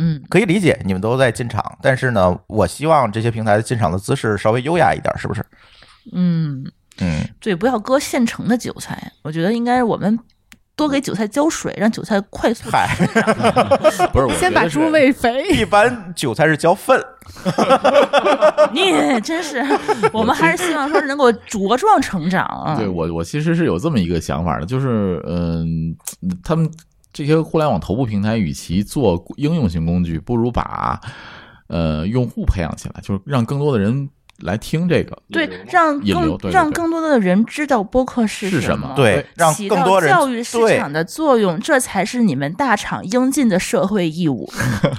S2: 嗯，
S1: 可以理解，你们都在进场，但是呢，我希望这些平台的进场的姿势稍微优雅一点，是不是？
S2: 嗯，
S1: 嗯，
S2: 对，不要割现成的韭菜，我觉得应该我们多给韭菜浇水，让韭菜快速
S1: 嗨，
S4: 不是，我
S8: 先
S4: 觉
S8: 把
S4: 得是
S8: 猪喂肥。
S1: 一般韭菜是浇粪，
S2: 你真是，我们还是希望说能够茁壮成长啊。
S4: 对我，我其实是有这么一个想法的，就是嗯，他们这些互联网头部平台，与其做应用型工具，不如把呃用户培养起来，就是让更多的人来听这个
S2: 对，让
S4: 引流
S2: 更
S4: 对对
S2: 让
S4: 对
S2: 更多的人知道播客是
S4: 是
S2: 什
S4: 什么
S1: 对，让
S2: 啊起
S1: 更
S2: 到
S1: 多人
S2: 教育市
S1: 对
S2: 场，的作用，这才是你们大厂应尽的社会义务。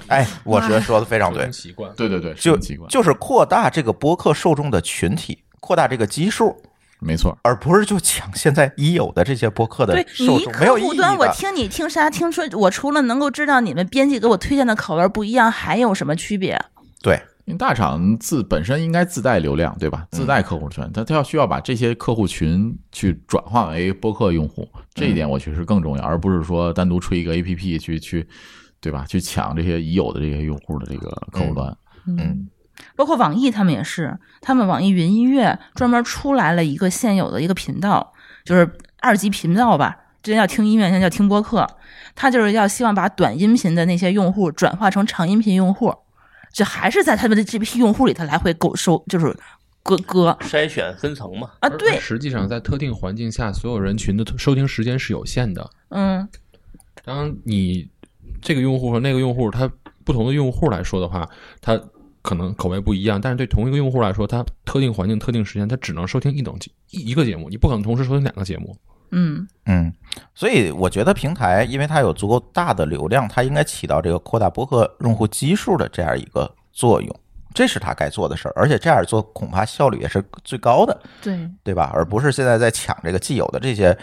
S1: 哎，我觉得说的非常对，
S5: 习惯。
S4: 对对对，是
S1: 就
S4: 很奇怪，
S1: 就是扩大这个播客受众的群体，扩大这个基数，
S4: 没错。
S1: 而不是就抢现在已有的这些播客的
S2: 对你
S1: 受
S2: 一
S1: 众，没有
S2: 客
S1: 意
S2: 户
S1: 义
S2: 端，我
S1: 的。
S2: 听你听啥，听说我除了能够知道你们编辑给我推荐的口味不一样，还有什么区别？
S1: 对，
S4: 因为大厂自本身应该自带流量，对吧？
S1: 嗯
S4: 自带客户群，它它要需要把这些客户群去转化为播客用户，这一点
S1: 嗯
S4: 我觉得是更重要，而不是说单独出一个 APP 去去，对吧？去抢这些已有的这些用户的这个客户端。
S1: 嗯，
S2: 包括网易他们也是，他们网易云音乐专门出来了一个现有的一个频道，就是二级频道吧。之前叫听音乐，现在叫听播客。他就是要希望把短音频的那些用户转化成长音频用户，就还是在他们的这批用户里头来回狗收，就是割割
S6: 筛选分层嘛，
S2: 啊，对，
S5: 实际上在特定环境下，所有人群的收听时间是有限的。
S2: 嗯，
S5: 当你这个用户和那个用户他。不同的用户来说的话，它可能口味不一样，但是对同一个用户来说，它特定环境、特定时间，它只能收听一种节一一个节目，你不可能同时收听两个节目。
S2: 嗯，
S1: 嗯，所以我觉得平台，因为它有足够大的流量，它应该起到这个扩大播客用户基数的这样一个作用，这是它该做的事儿。而且这样做恐怕效率也是最高的，
S2: 对，
S1: 对
S4: 嗯
S1: 吧？而不是现在在抢这个既有的这些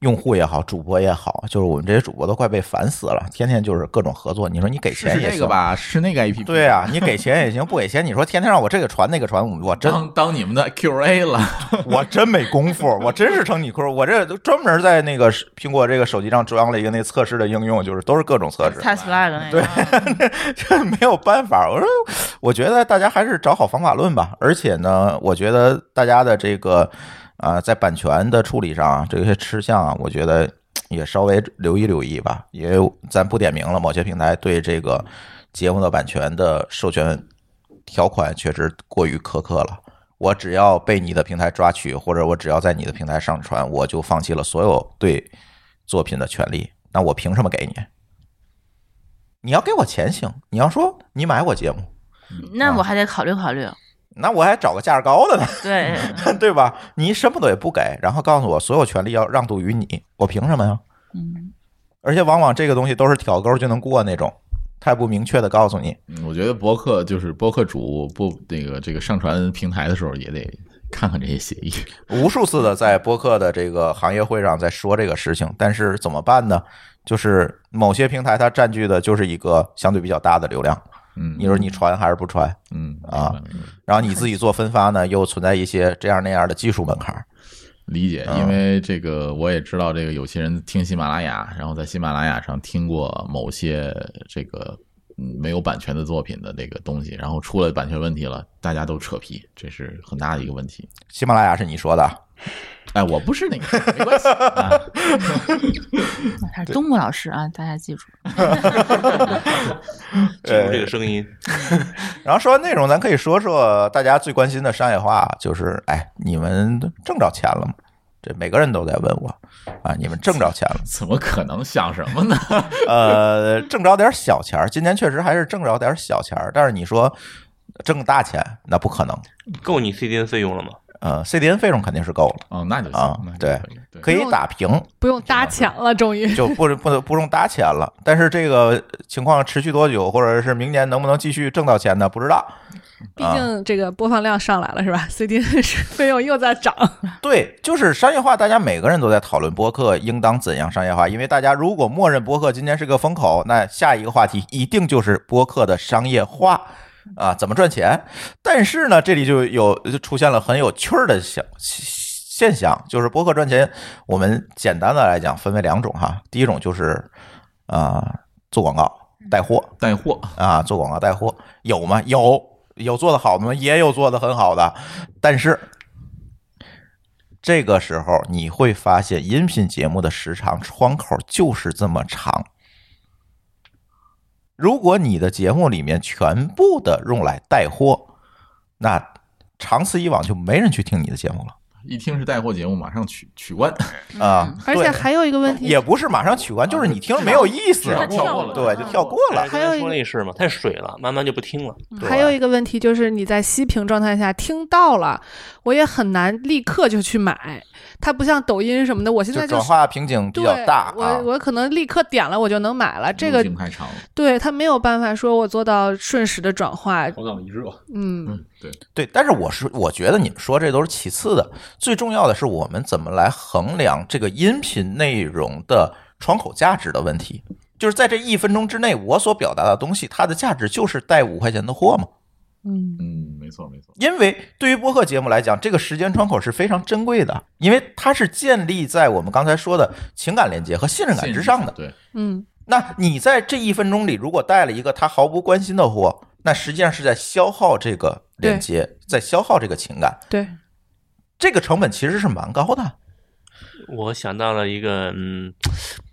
S1: 用户也好，主播也好，就是我们这些主播都快被烦死了，天天就是各种合作。你说你给
S4: 试
S1: 钱
S4: 试
S1: 也
S4: 这个
S1: 行，
S4: 吧，试那个 APP。
S1: 对啊，你给钱也行，不给钱，你说天天让我这个传那个传，我我真
S4: 当当你们的 QA 了，
S1: 我真没功夫，我真是成你坤儿，我这都专门在那个苹果这个手机上装了一个那测试的应用，就是都是各种测试，
S2: 太 flag 那个。
S1: 这没有办法。我说，我觉得大家还是找好方法论吧。而且呢，我觉得大家的这个啊、呃在版权的处理上，这些吃相啊，我觉得也稍微留意留意吧。因为咱不点名了，某些平台对这个节目的版权的授权条款确实过于苛刻了。我只要被你的平台抓取，或者我只要在你的平台上传，我就放弃了所有对作品的权利。那我凭什么给你？你要给我钱行，你要说你买我节目，
S2: 那我还得考虑考虑。
S1: 那我还找个价高的呢，
S2: 对，
S1: 对吧？你什么都也不给，然后告诉我所有权利要让渡于你，我凭什么呀？
S2: 嗯，
S1: 而且往往这个东西都是挑钩就能过那种，他也不明确的告诉你。
S4: 嗯我觉得博客就是博客主不那个这个上传平台的时候也得看看这些协议。
S1: 无数次的在播客的这个行业会上在说这个事情，但是怎么办呢？就是某些平台它占据的就是一个相对比较大的流量，
S4: 嗯，
S1: 你说你传还是不传？
S4: 嗯
S1: 啊，
S4: 明白明白
S1: 然后你自己做分发呢，又存在一些这样那样的技术门槛儿。
S4: 理解，
S1: 啊
S4: 因为这个我也知道，这个有些人听喜马拉雅，然后在喜马拉雅上听过某些这个嗯没有版权的作品的这个东西，然后出了版权问题了，大家都扯皮，这是很大的一个问题。
S1: 喜马拉雅是你说的啊，
S4: 哎，我不是那个，没 关系。啊、
S2: 那他是东木老师啊，大家记住。
S6: 记
S1: 呃
S6: 住这个声音，
S1: 然后说完内容，咱可以说说大家最关心的商业化，就是哎，你们挣着钱了吗？这每个人都在问我啊，你们挣着钱了吗？
S4: 怎么可能想什么呢？
S1: 呃，挣着点小钱儿，今年确实还是挣着点小钱儿，但是你说挣大钱，那不可能。
S6: 够你 CDN 费用了吗？
S1: 呃，CDN 费用肯定是够了，
S4: 哦，那就行，
S1: 啊
S4: 那就
S1: 对
S4: 可以对
S1: 可以打平，
S8: 不用搭墙了，终
S4: 啊
S8: 于。
S1: 就不不不用搭钱了。但是这个情况持续多久，或者是明年能不能继续挣到钱呢？不知道。
S8: 毕竟这个播放量上来了是吧？CDN 是费用又在涨，
S1: 对，就是商业化，大家每个人都在讨论播客应当怎样商业化，因为大家如果默认播客今天是个风口，那下一个话题一定就是播客的商业化。啊，怎么赚钱？但是呢，这里就有就出现了很有趣儿的小现象，就是播客赚钱。我们简单的来讲，分为两种哈。第一种就是啊、做广告带货，
S4: 带货
S1: 啊，做广告带货有吗？有，有做的好的吗？也有做的很好的，但是这个时候你会发现，音频节目的时长窗口就是这么长。如果你的节目里面全部的用来带货，那长此以往就没人去听你的节目了
S4: 一听是带货节目，马上取取关，
S1: 啊！
S8: 嗯而且
S1: 对
S8: 还有一个问题，
S1: 也不是马上取关，就是你听了没有意思，
S4: 啊跳过了
S1: 对，就跳过了
S6: 但。是刚才说那事嘛，太水了，慢慢就不听了。
S1: 对
S8: 嗯还有一个问题就是你在息屏状态下听到了，我也很难立刻就去买，它不像抖音什么的，我现在
S1: 就
S8: 就
S1: 转
S8: 是。
S1: 化瓶颈比
S8: 对，
S1: 较大啊
S8: 我，我可能立刻点了，我就能买了。这
S4: 路
S8: 个
S4: 径太长了。
S8: 对它没有办法说我做到瞬时的转化，
S5: 头脑一热，
S8: 嗯，
S4: 嗯，对，
S1: 对，但是我是我觉得你们说这都是其次的，最重要的是我们怎么来衡量这个音频内容的窗口价值的问题。就是在这一分钟之内，我所表达的东西，它的价值就是带五块钱的货嘛。
S8: 嗯，
S4: 嗯，没错没错。
S1: 因为对于播客节目来讲，这个时间窗口是非常珍贵的，因为它是建立在我们刚才说的情感连接和信任感之上的。
S4: 对，
S8: 嗯，
S1: 那你在这一分钟里，如果带了一个他毫不关心的货，那实际上是在消耗这个连接，在消耗这个情感。
S8: 对，
S1: 这个成本其实是蛮高的。
S6: 我想到了一个，嗯，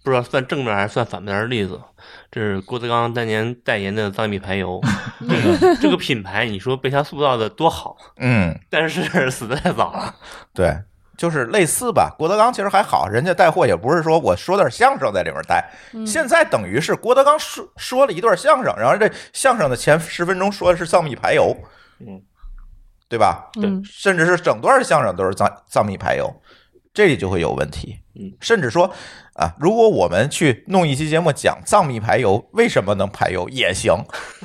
S6: 不知道算正面还是算反面的例子，这是郭德纲当年代言的藏秘排油，这个这个品牌，你说被他塑造的多好，
S1: 嗯，
S6: 但是死得太早了。
S1: 对，就是类似吧。郭德纲其实还好，人家带货也不是说我说段相声在里面带，现在等于是郭德纲说说了一段相声，然后这相声的前十分钟说的是藏秘排油，
S6: 嗯，
S1: 对吧？
S8: 嗯
S1: 甚至是整段相声都是藏藏秘排油，这里就会有问题。
S6: 嗯，
S1: 甚至说啊，如果我们去弄一期节目讲藏秘排油为什么能排油也行，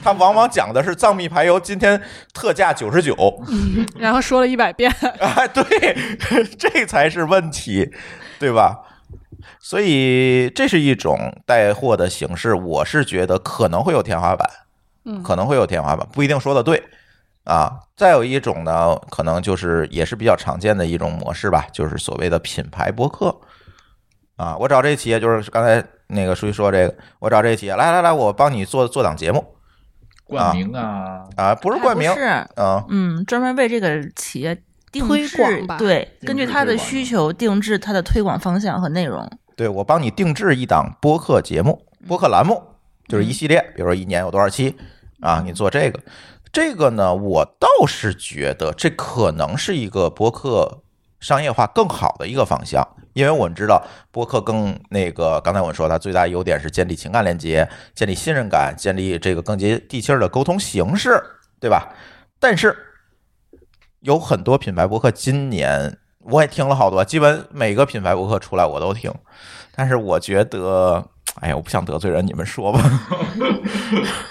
S1: 他往往讲的是藏秘排油今天特价九十九，
S8: 然后说了一百遍，
S1: 啊，对，这才是问题，对吧？所以这是一种带货的形式，我是觉得可能会有天花板，
S8: 嗯
S1: 可能会有天花板，不一定说的对啊。再有一种呢，可能就是也是比较常见的一种模式吧，就是所谓的品牌播客啊。我找这企业，就是刚才那个书记说这个，我找这企业，来来来，我帮你做做档节目
S4: 冠名啊，
S1: 啊，不是
S2: 还
S1: 冠名
S2: 哎不，是，
S1: 嗯，
S2: 嗯，专门为这个企业定
S8: 推
S2: 制
S8: 广吧
S2: 对，
S4: 定
S2: 根据
S4: 制
S2: 他
S4: 推
S2: 的
S4: 广
S2: 需求定制他的推广方向和内容。
S1: 对我帮你定制一档播客节目、播客栏目，就是一系列，比如说一年有多少期啊？你做这个，这个呢，我倒是觉得这可能是一个播客商业化更好的一个方向，因为我们知道播客更那个，刚才我说它最大优点是建立情感连接、建立信任感、建立这个更接地气儿的沟通形式，对吧？但是有很多品牌播客今年。我也听了好多，基本每个品牌播客出来我都听，但是我觉得，哎呀，我不想得罪人，你们说吧。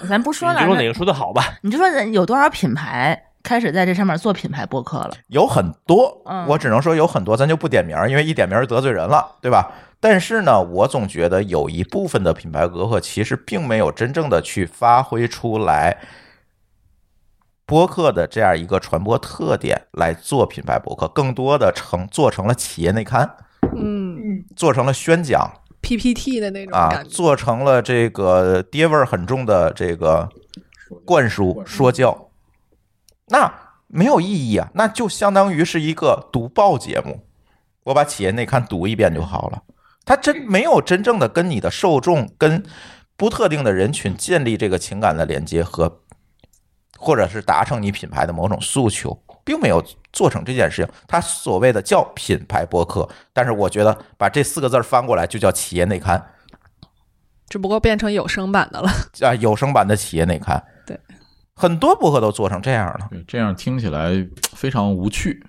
S2: 咱不说了，
S6: 你
S2: 那
S6: 说哪个说的好吧？
S2: 你就说人有多少品牌开始在这上面做品牌播客了？
S1: 有很多
S2: 嗯，
S1: 我只能说有很多，咱就不点名儿，因为一点名儿得罪人了，对吧？但是呢，我总觉得有一部分的品牌隔阂其实并没有真正的去发挥出来播客的这样一个传播特点来做品牌博客，更多的成做成了企业内刊，
S8: 嗯
S1: 做成了宣讲，
S8: ，PPT 的那种
S1: 啊，
S8: 感觉，
S1: 做成了这个爹味儿很重的这个灌输说教，那没有意义啊，那就相当于是一个读报节目，我把企业内刊读一遍就好了，它真没有真正的跟你的受众跟不特定的人群建立这个情感的连接和，或者是达成你品牌的某种诉求。并没有做成这件事情，它所谓的叫品牌播客，但是我觉得把这四个字儿翻过来就叫企业内刊，
S8: 只不过变成有声版的了。
S1: 啊有声版的企业内刊。
S8: 对，
S1: 很多博客都做成这样了。
S4: 对，这样听起来非常无趣，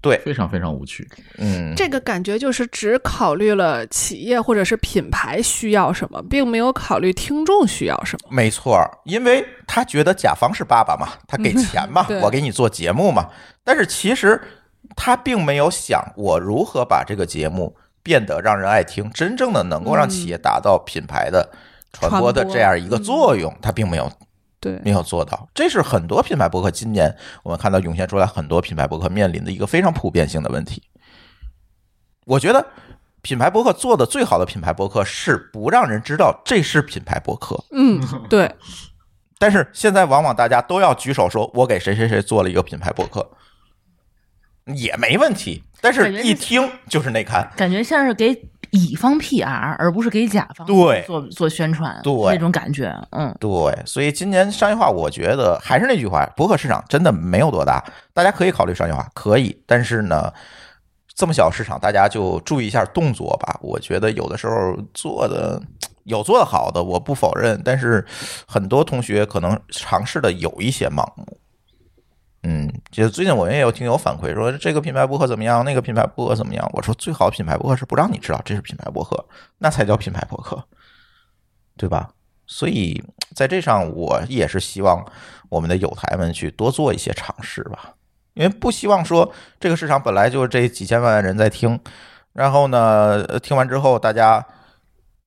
S1: 对
S4: 非常非常无趣。
S1: 嗯，
S8: 这个感觉就是只考虑了企业或者是品牌需要什么，并没有考虑听众需要什么。，
S1: 没错儿，因为他觉得甲方是爸爸嘛，他给钱嘛
S8: 嗯 对
S1: 我给你做节目嘛。但是其实他并没有想我如何把这个节目变得让人爱听，真正的能够让企业达到品牌的传播的
S8: 嗯传播嗯
S1: 这样一个作用，他并没有
S8: 对，
S1: 没有做到。这是很多品牌博客今年我们看到涌现出来很多品牌博客面临的一个非常普遍性的问题。我觉得品牌博客做的最好的品牌博客是不让人知道这是品牌博客，
S8: 嗯， 对，
S1: 但是现在往往大家都要举手说，我给谁谁谁做了一个品牌博客，也没问题。但
S2: 感
S1: 是
S2: 觉
S1: 一
S2: 是
S1: 听就是内刊，
S2: 感觉像是给乙方 PR，而不是给甲方
S1: 对
S2: 做做宣传，
S1: 对
S2: 那种感觉，嗯，
S1: 对，所以今年商业化，我觉得还是那句话，博客市场真的没有多大，大家可以考虑商业化，可以，但是呢，这么小市场，大家就注意一下动作吧。我觉得有的时候做的有做的好的，我不否认，但是很多同学可能尝试的有一些盲目。嗯，就是最近我们也有听友反馈说，这个品牌博客怎么样，那个品牌博客怎么样？我说最好品牌博客是不让你知道这是品牌博客，那才叫品牌博客，对吧？所以在这上，我也是希望我们的友台们去多做一些尝试吧，因为不希望说这个市场本来就这几千万人在听，然后呢，呃听完之后大家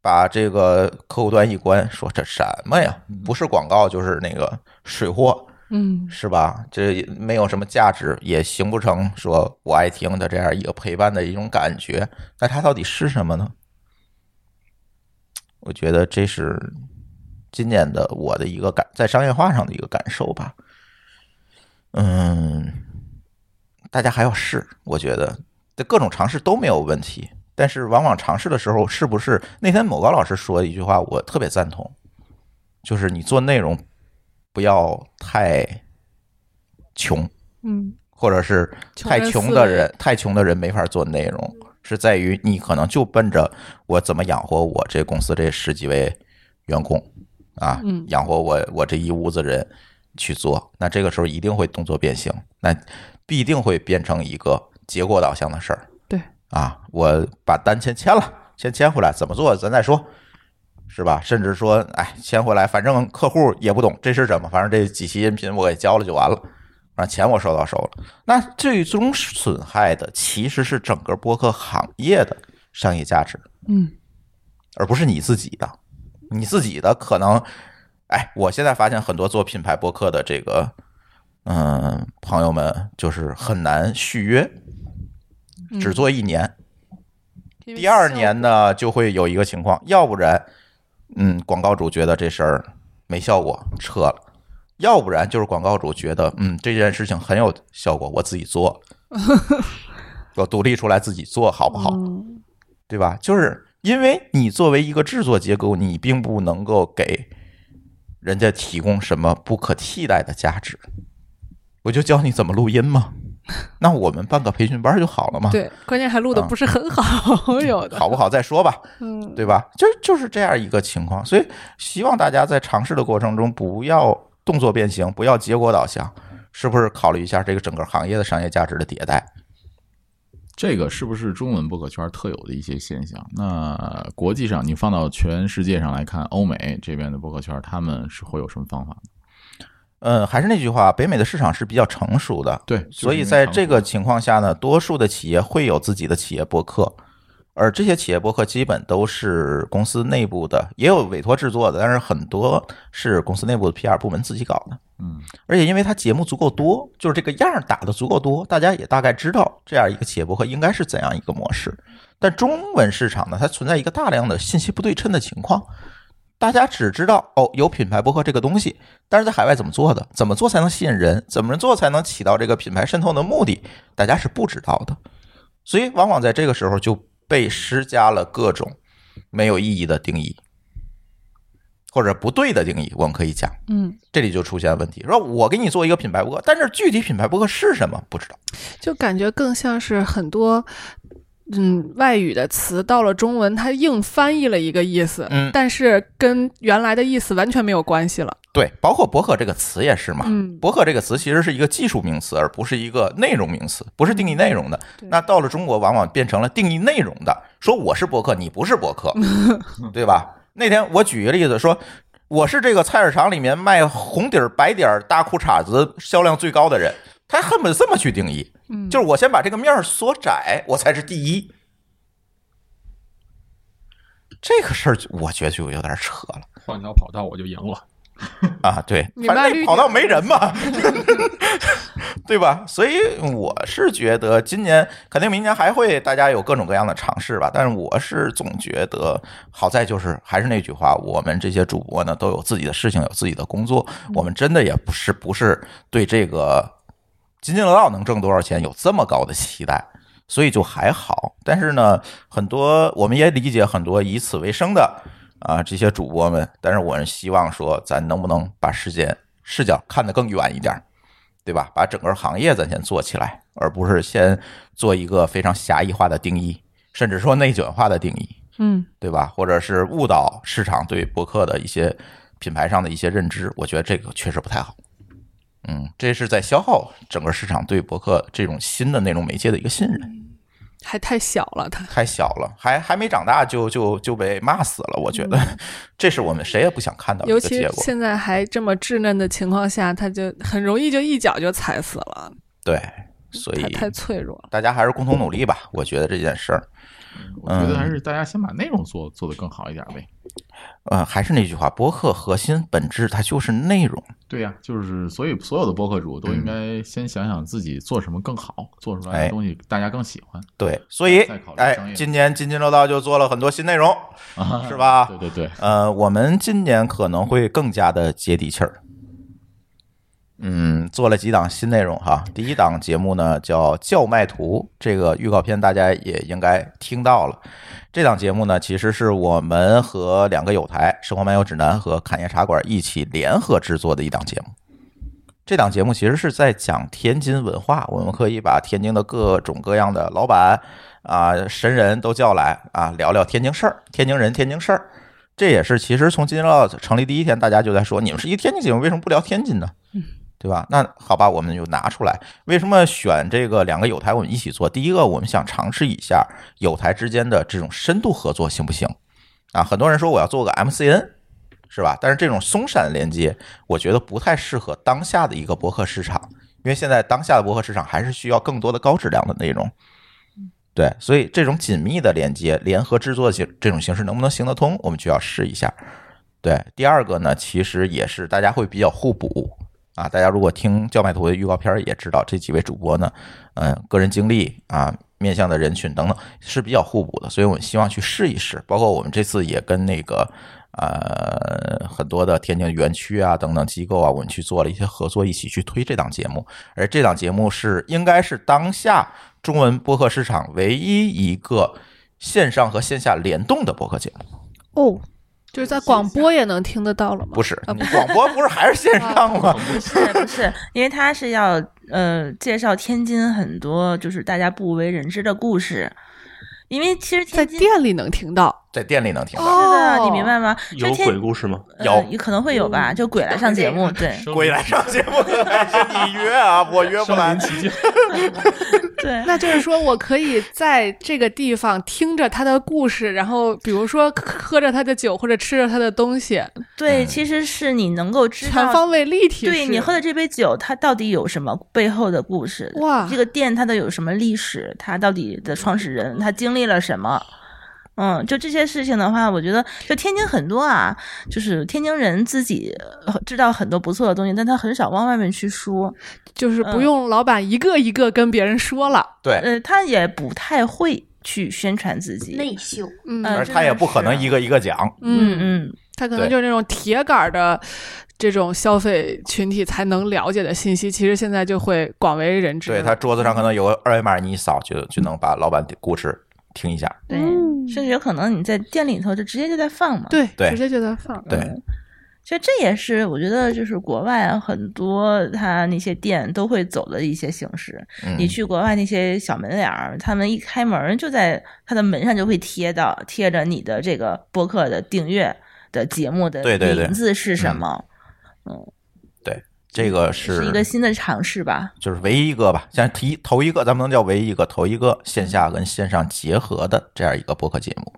S1: 把这个客户端一关，说这什么呀，不是广告就是那个水货，
S8: 嗯，
S1: 是吧？这也没有什么价值，也形不成说我爱听的这样一个陪伴的一种感觉。那它到底是什么呢？我觉得这是今年的我的一个感，在商业化上的一个感受吧。嗯，大家还要试，我觉得这各种尝试都没有问题。但是往往尝试的时候，是不是那天某高老师说的一句话，我特别赞同，就是你做内容不要太穷，
S8: 嗯，
S1: 或者是太穷的人，太穷的人没法做内容，是在于你可能就奔着我怎么养活我这公司这十几位员工啊，
S8: 嗯
S1: 养活我我这一屋子人去做，那这个时候一定会动作变形，那必定会变成一个结果导向的事儿。
S8: 对
S1: 啊，我把单先签了，先签回来，怎么做咱再说。是吧？甚至说，哎，签回来，反正客户也不懂这是什么，反正这几期音频我给交了就完了，反正钱我收到手了。那最终损害的其实是整个播客行业的商业价值，
S8: 嗯，
S1: 而不是你自己的。你自己的可能，哎，我现在发现很多做品牌播客的这个，嗯，朋友们就是很难续约，只做一年。第二年呢，就会有一个情况，要不然，嗯，广告主觉得这事儿没效果，撤了；要不然就是广告主觉得，嗯，这件事情很有效果，我自己做，我独立出来自己做好不好？
S8: 嗯
S1: 对吧？就是因为你作为一个制作结构，你并不能够给人家提供什么不可替代的价值。我就教你怎么录音嘛， 那我们办个培训班就好了嘛，
S8: 对，关键还录的
S1: 啊
S8: 不是很好， 有 的，
S1: 好不好再说吧。
S8: 嗯，
S1: 对吧？就就是这样一个情况，所以希望大家在尝试的过程中不要动作变形，不要结果导向，是不是考虑一下这个整个行业的商业价值的迭代？
S4: 这个是不是中文播客圈特有的一些现象？那国际上，你放到全世界上来看，欧美这边的播客圈，他们是会有什么方法？
S1: 嗯，还是那句话，北美的市场是比较成熟的，
S4: 对，就是
S1: 所以
S4: 因为
S1: 在
S4: 常
S1: 这
S4: 规
S1: 个情况下呢，多数的企业会有自己的企业博客，而这些企业博客基本都是公司内部的，也有委托制作的，但是很多是公司内部的 PR 部门自己搞的。
S4: 嗯，
S1: 而且因为它节目足够多，就是这个样儿打的足够多，大家也大概知道这样一个企业博客应该是怎样一个模式。但中文市场呢，它存在一个大量的信息不对称的情况。大家只知道哦，有品牌博客这个东西，但是在海外怎么做的？怎么做才能吸引人？怎么做才能起到这个品牌渗透的目的？大家是不知道的，所以往往在这个时候就被施加了各种没有意义的定义，或者不对的定义。我们可以讲，
S8: 嗯，
S1: 这里就出现问题，说我给你做一个品牌博客，但是具体品牌博客是什么不知道。
S8: 就感觉更像是很多。嗯，外语的词到了中文，它硬翻译了一个意思，
S1: 嗯
S8: 但是跟原来的意思完全没有关系了。
S1: 对，包括博客这个词也是嘛。
S8: 嗯，
S1: 博客这个词其实是一个技术名词，而不是一个内容名词，不是定义内容的。
S8: 嗯对
S1: 那到了中国，往往变成了定义内容的，说我是博客，你不是博 客，对吧？那天我举一个例子，说我是这个菜市场里面卖红底儿、白底儿、大裤衩子销量最高的人，他恨不得这么去定义，
S8: 嗯
S1: 就是我先把这个面儿缩窄，我才是第一。这个事儿，我觉得就有点扯了。
S5: 换条跑道我就赢了。
S1: 啊，对，
S8: 你
S1: 反
S8: 妈
S1: 正
S8: 绿
S1: 那跑道没人 嘛，对吧？所以我是觉得今年肯定明年还会大家有各种各样的尝试吧，但是我是总觉得好在就是还是那句话，我们这些主播呢都有自己的事情，有自己的工作，
S8: 嗯
S1: 我们真的也不是不是对这个津津乐道能挣多少钱有这么高的期待。所以就还好，但是呢，很多我们也理解很多以此为生的啊，这些主播们，但是我们希望说，咱能不能把时间视角看得更远一点儿，对吧？把整个行业咱先做起来，而不是先做一个非常狭义化的定义，甚至说内卷化的定义，
S8: 嗯，
S1: 对吧？或者是误导市场对博客的一些品牌上的一些认知，我觉得这个确实不太好。嗯，这是在消耗整个市场对博客这种新的内容媒介的一个信任。
S8: 还太小了，它
S1: 太小了，还还没长大就就就被骂死了。我觉得、
S8: 嗯
S1: 这是我们谁也不想看到的
S8: 尤
S1: 一个
S8: 其
S1: 结果。
S8: 现在还这么稚嫩的情况下，它就很容易就一脚就踩死了，
S1: 对，所
S8: 它
S1: 以
S8: 嗯太脆弱了。
S1: 大家还是共同努力吧。我觉得这件事儿，
S4: 我觉
S1: 嗯
S4: 得还是大家先把内容做做得更好一点呗。
S1: 呃，还是那句话，博客核心本质它就是内容。
S4: 对呀、就是所以所有的播客主都应该先想想自己做什么更好，做出
S1: 嗯
S4: 来
S1: 哎
S4: 的东西大家更喜欢。
S1: 对，所以
S4: 再考虑商
S1: 哎，
S4: 业啊
S1: 今年津津乐道就做了很多新内容，是吧？
S4: 对对对，
S1: 呃，我们今年可能会更加的接地气儿。嗯，做了几档新内容哈。第一档节目呢叫《叫卖图》，这个预告片大家也应该听到了。这档节目呢，其实是我们和两个友台《生活漫游指南》和《侃爷茶馆》一起联合制作的一档节目。这档节目其实是在讲天津文化，我们可以把天津的各种各样的老板啊、神人都叫来啊，聊聊天津事儿、天津人、天津事儿。这也是其实从津津乐道成立第一天，大家就在说，你们是一天津节目，为什么不聊天津呢？对吧？那好吧，我们就拿出来。为什么选这个两个友台我们一起做？第一个，我们想尝试一下友台之间的这种深度合作，行不行？啊，很多人说我要做个 MCN，是吧？但是这种松散连接，我觉得不太适合当下的一个博客市场，因为现在当下的博客市场还是需要更多的高质量的内容。对，所以这种紧密的连接、联合制作形这种形式能不能行得通，我们就要试一下。对，第二个呢，其实也是大家会比较互补啊。大家如果听叫卖图的预告片儿也知道，这几位主播呢，嗯、个人经历啊，面向的人群等等是比较互补的，所以我们希望去试一试。包括我们这次也跟那个呃很多的天津园区啊等等机构啊，我们去做了一些合作，一起去推这档节目。而这档节目是应该是当下中文播客市场唯一一个线上和线下联动的播客节目。
S8: 哦，就是在广播也能听得到了吗？
S1: 不是，
S2: 哦
S8: 啊
S1: 你广播不是还是线上吗？
S2: 不是不是，因为他是要呃介绍天津很多就是大家不为人知的故事，因为其实
S8: 在
S2: 天津
S8: 店里能听到。
S1: 在店里能听到。
S8: 哦
S2: 是的，你明白吗？就
S6: 有
S2: 天
S6: 鬼故事吗？
S2: 呃
S1: 有
S2: 也可能会有吧，
S8: 嗯
S2: 就鬼来上节目，对
S1: 鬼来上节目的还是你约啊，我约不 来。
S2: 对。
S8: 那就是说我可以在这个地方听着他的故事，然后比如说喝喝着他的酒或者吃着他的东西，
S2: 对，
S1: 嗯
S2: 其实是你能够知
S8: 全
S2: 道，
S8: 方位立体式。
S2: 对你喝的这杯酒，它到底有什么背后的故事？
S8: 哇
S2: 这个店它的有什么历史？它到底的创始人他经历了什么？嗯，就这些事情的话，我觉得就天津很多啊，就是天津人自己呃知道很多不错的东西，但他很少往外面去说。
S8: 就是不
S2: 嗯
S8: 用老板一个一个跟别人说了。
S1: 对，
S2: 呃，他也不太会去宣传自己。
S7: 内秀，
S8: 嗯
S2: 呃
S1: 而他也不可能一个一个讲。
S2: 嗯
S8: 嗯，
S2: 嗯，
S8: 他可能
S1: 对
S8: 就是那种铁杆儿的这种消费群体才能了解的信息，其实现在就会广为人知了。
S1: 对他桌子上可能有个二维码，你一扫就就能把老板的故事听一下。
S2: 对，甚至有可能你在店里头就直接就在放嘛。
S8: 嗯对
S1: 对
S8: 直接就在放。
S1: 对
S2: 嗯，所以这也是我觉得就是国外啊很多他那些店都会走的一些形式。
S1: 嗯
S2: 你去国外那些小门脸儿，他们一开门就在他的门上就会贴到贴着你的这个播客的订阅的节目的
S1: 对对对嗯
S2: 名字是什么，
S1: 这个
S2: 是一个新的尝试吧。
S1: 就是唯一一个吧，像提头一个，咱们能叫唯一一个，头一个线下跟线上结合的这样一个播客节目。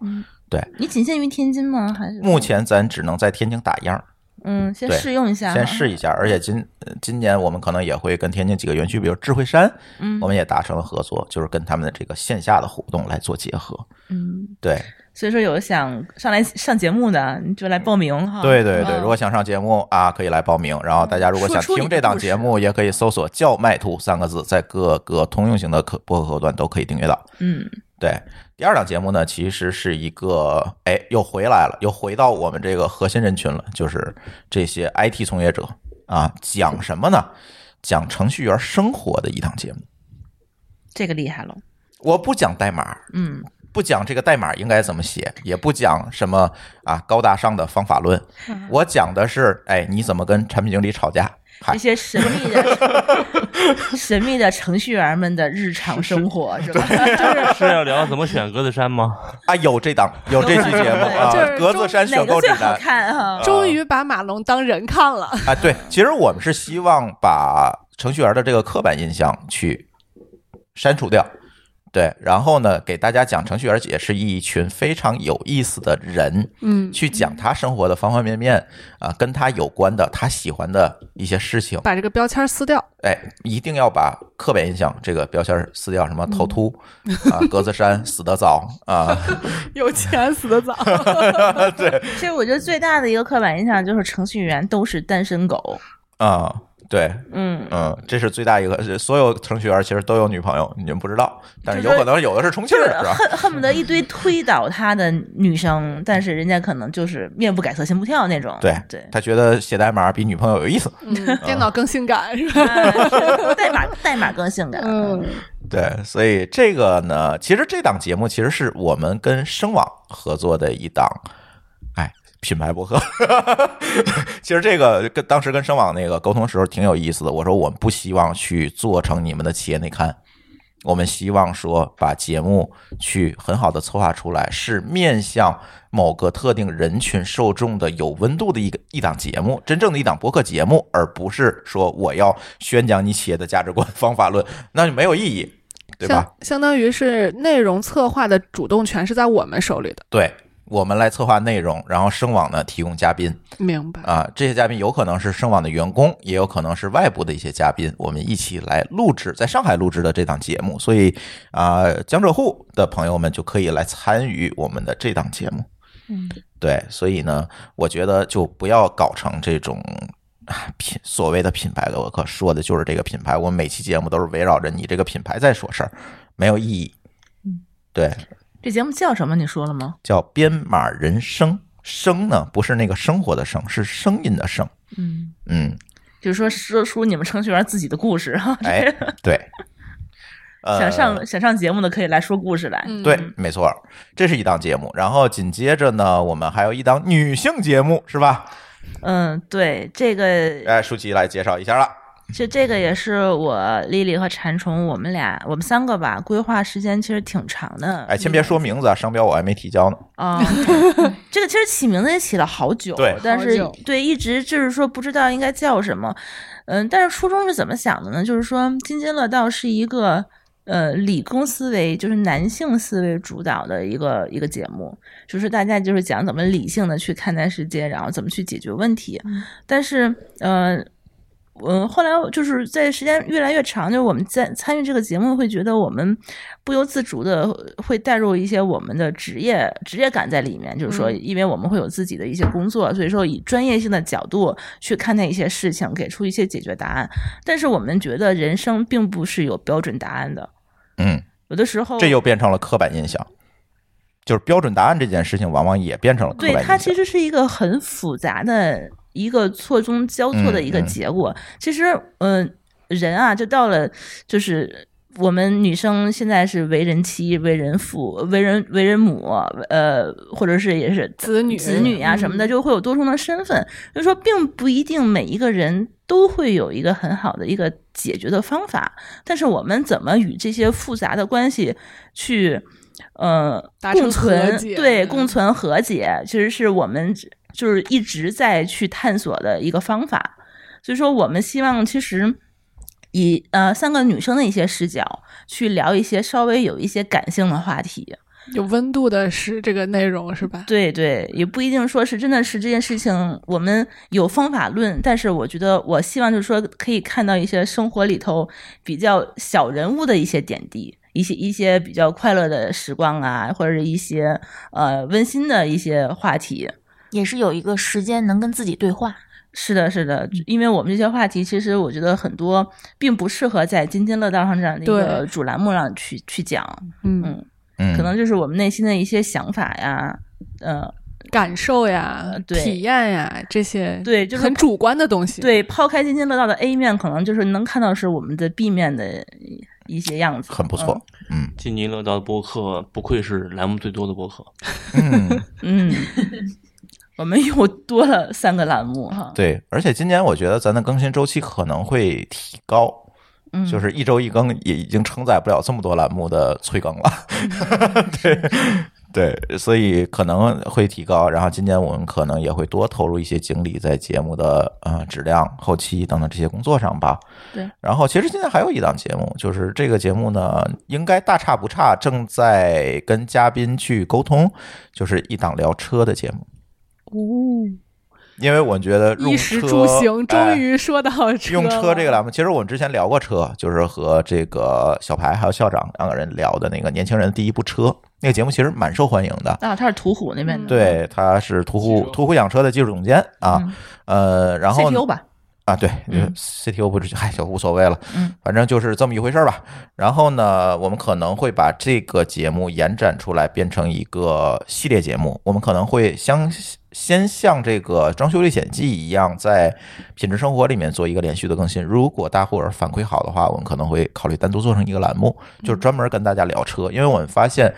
S2: 你仅限于天津吗？还是
S1: 目前咱只能在天津打样，
S2: 嗯，先
S1: 对
S2: 试用一下，
S1: 先试
S2: 一，
S1: 一下。而且今呃今年我们可能也会跟天津几个园区，比如智慧山，
S2: 嗯
S1: 我们也达成了合作，就是跟他们的这个线下的活动来做结合。
S2: 嗯。
S1: 对
S2: 所以说有想上来上节目的，你就来报名哈。
S1: 对对对，
S2: 嗯
S1: 如果想上节目啊，可以来报名。然后大家如果想
S2: 说出你
S1: 听
S2: 的
S1: 这档
S2: 故事
S1: 节目，也可以搜索“叫卖图”三个字，在各个通用型的可播客客户端都可以订阅到。
S2: 嗯
S1: 对，第二档节目呢，其实是一个，哎，又回来了，又回到我们这个核心人群了，就是这些 IT 从业者啊，讲什么呢？讲程序员生活的一档节目。
S2: 这个厉害了，
S1: 我不讲代码，
S2: 嗯，
S1: 不讲这个代码应该怎么写，也不讲什么啊高大上的方法论，
S2: 嗯
S1: 我讲的是，哎，你怎么跟产品经理吵架？嗨
S2: 这，些神秘的、 神秘的程序员们的日常生活，是吧？
S6: 是要聊怎么选格子衫吗？
S1: 啊，有这档，有这期 节目啊
S8: 就是，
S1: 格子山
S2: 哪
S1: 选
S2: 个
S1: 购指
S2: 最好
S1: 南。
S2: 看啊？
S8: 终于把马龙当人看了，
S1: 啊，对，其实我们是希望把程序员的这个刻板印象去删除掉，对，然后呢，给大家讲程序员也是一群非常有意思的人，
S8: 嗯，
S1: 去讲他生活的方方面面啊，跟他有关的他喜欢的一些事情，
S8: 把这个标签撕掉。
S1: 哎，一定要把刻板印象这个标签撕掉，什么头秃、啊，格子衫死得早啊，
S8: 有钱死得早，
S2: 其实我觉得最大的一个刻板印象就是程序员都是单身狗，
S1: 啊，对，
S2: 嗯，
S1: 嗯，这是最大一个，所有程序员其实都有女朋友，你们不知道，但是有可能有的是充气
S2: 就是
S1: 儿，是吧？
S2: 恨恨不得一堆推倒他的女生，但是人家可能就是面不改色心不跳那种，
S1: 对
S2: 啊对。
S1: 他觉得写代码比女朋友有意思，
S8: 嗯，电脑更性感是吧？
S2: 哎是代码代码更性感，
S8: 嗯，
S1: 对，所以这个呢，其实这档节目其实是我们跟声网合作的一档，哎，品牌博客。 其实这个跟当时跟声网那个沟通时候挺有意思的。我说我们不希望去做成你们的企业内刊，我们希望说把节目去很好的策划出来，是面向某个特定人群受众的有温度的一个一档节目，真正的一档播客节目，而不是说我要宣讲你企业的价值观、方法论，那就没有意义，对吧
S8: 相？相当于是内容策划的主动权是在我们手里的，
S1: 对。我们来策划内容，然后声网呢提供嘉宾
S8: 明
S2: 呃
S8: 白？
S1: 啊，这些嘉宾有可能是声网的员工，也有可能是外部的一些嘉宾，我们一起来录制在上海录制的这档节目。所以啊、江浙沪的朋友们就可以来参与我们的这档节目。
S2: 嗯，
S1: 对，所以呢，我觉得就不要搞成这种啊品所谓的品牌的，我可说的就是这个品牌。我每期节目都是围绕着你这个品牌在说事儿，没有意义。对，
S2: 这节目叫什么？你说了吗？
S1: 叫编码人生。生呢，不是那个生活的生，是声音的声。
S2: 嗯，
S1: 嗯，
S2: 比如说说出你们程序员自己的故事 哈，
S1: 哎，对，呃
S2: 想上想上节目的可以来说故事来。
S8: 嗯
S1: 对，没错，这是一档节目。然后紧接着呢，我们还有一档女性节目，是吧？
S2: 嗯，对，这个
S1: 哎，舒淇来介绍一下了。
S2: 这这个也是我丽丽和馋虫，我们俩我们三个吧，规划时间其实挺长的。嗯
S1: 哎，先别说名字啊，商标我还没提交呢。
S2: 啊、这个其实起名字也起了好久，
S1: 对
S2: 但是
S8: 好久
S2: 对一直就是说不知道应该叫什么，嗯，但是初衷是怎么想的呢？就是说津津乐道是一个呃理工思维，就是男性思维主导的一个一个节目，就是大家就是讲怎么理性的去看待世界，然后怎么去解决问题，但是呃。嗯，后来就是在时间越来越长，就是我们在参与这个节目，会觉得我们不由自主的会带入一些我们的职业职业感在里面。就是说，
S8: 嗯
S2: 因为我们会有自己的一些工作，所以说以专业性的角度去看待一些事情，给出一些解决答案。但是我们觉得人生并不是有标准答案的，
S1: 嗯，
S2: 有的时候
S1: 这又变成了刻板印象，就是标准答案这件事情，往往也变成了刻板
S2: 对，
S1: 印象。
S2: 它其实是一个很复杂的一个错综交错的一个
S1: 嗯嗯
S2: 结果。其实，嗯、人啊，就到了就是。我们女生现在是为人妻、为人父、为人为人母，呃，或者是也是
S8: 子女
S2: 子女啊什么的，
S8: 嗯
S2: 就会有多重的身份。就是说，并不一定每一个人都会有一个很好的一个解决的方法，但是我们怎么与这些复杂的关系去，呃，
S8: 达成
S2: 共
S8: 和
S2: 存，
S8: 解
S2: 对，
S8: 嗯
S2: 共存和解，其实是我们只就是一直在去探索的一个方法。所以说，我们希望其实以呃三个女生的一些视角去聊一些稍微有一些感性的话题，
S8: 有温度的是这个内容是吧？
S2: 对对，也不一定说是真的是这件事情，我们有方法论，但是我觉得我希望就是说可以看到一些生活里头比较小人物的一些点滴，一些一些比较快乐的时光啊，或者是一些呃温馨的一些话题。
S7: 也是有一个时间能跟自己对话。
S2: 是的，是
S8: 嗯
S2: 的，因为我们这些话题，其实我觉得很多并不适合在津津乐道上这样的一个
S8: 对
S2: 主栏目上去去讲，
S8: 嗯
S2: 嗯，
S1: 嗯，
S2: 可能就是我们内心的一些想法呀，呃，
S8: 感受呀、
S2: 对
S8: 体验呀这些，
S2: 对就是
S8: 很主观的东西。，
S2: 对，抛开津津乐道的 A 面，可能就是能看到是我们的 B 面的一一些样子，
S1: 很不错。嗯
S6: 津津乐道的播客不愧是栏目最多的播客，
S1: 嗯，
S2: 嗯。嗯我们又多了三个栏目哈，
S1: 对，而且今年我觉得咱的更新周期可能会提高。
S2: 嗯，
S1: 就是一周一更也已经承载不了这么多栏目的催更了，
S8: 嗯
S1: 对对，所以可能会提高。然后今年我们可能也会多投入一些精力在节目的呃质量、后期等等这些工作上吧。
S2: 对。
S1: 然后其实今年还有一档节目，就是这个节目呢，应该大差不差，正在跟嘉宾去沟通，就是一档聊车的节目。因为我觉得
S2: 嗯
S1: 用
S8: 哦衣食
S1: 车
S8: 住行
S1: 哎
S8: 终于说到车
S1: 用车这个
S8: 了，
S1: 栏目，其实我们之前聊过车，就是和这个小排还有校长两个人聊的那个年轻人的第一部车那个节目，其实蛮受欢迎的。
S2: 啊，他是途虎那边的，
S1: 对，他是途虎途虎养车的技术总监啊，呃，然后
S2: CTO 吧，
S1: 啊，对
S2: 嗯
S1: ，CTO 不是，哎，就无所谓了
S2: 嗯，
S1: 反正就是这么一回事儿吧。然后呢，我们可能会把这个节目延展出来，变成一个系列节目。我们可能会相先像这个《装修历险记》一样，在品质生活里面做一个连续的更新。如果大伙儿反馈
S2: 嗯
S1: 好的话，我们可能会考虑单独做成一个栏目，就是专门跟大家聊车，因为我们发现。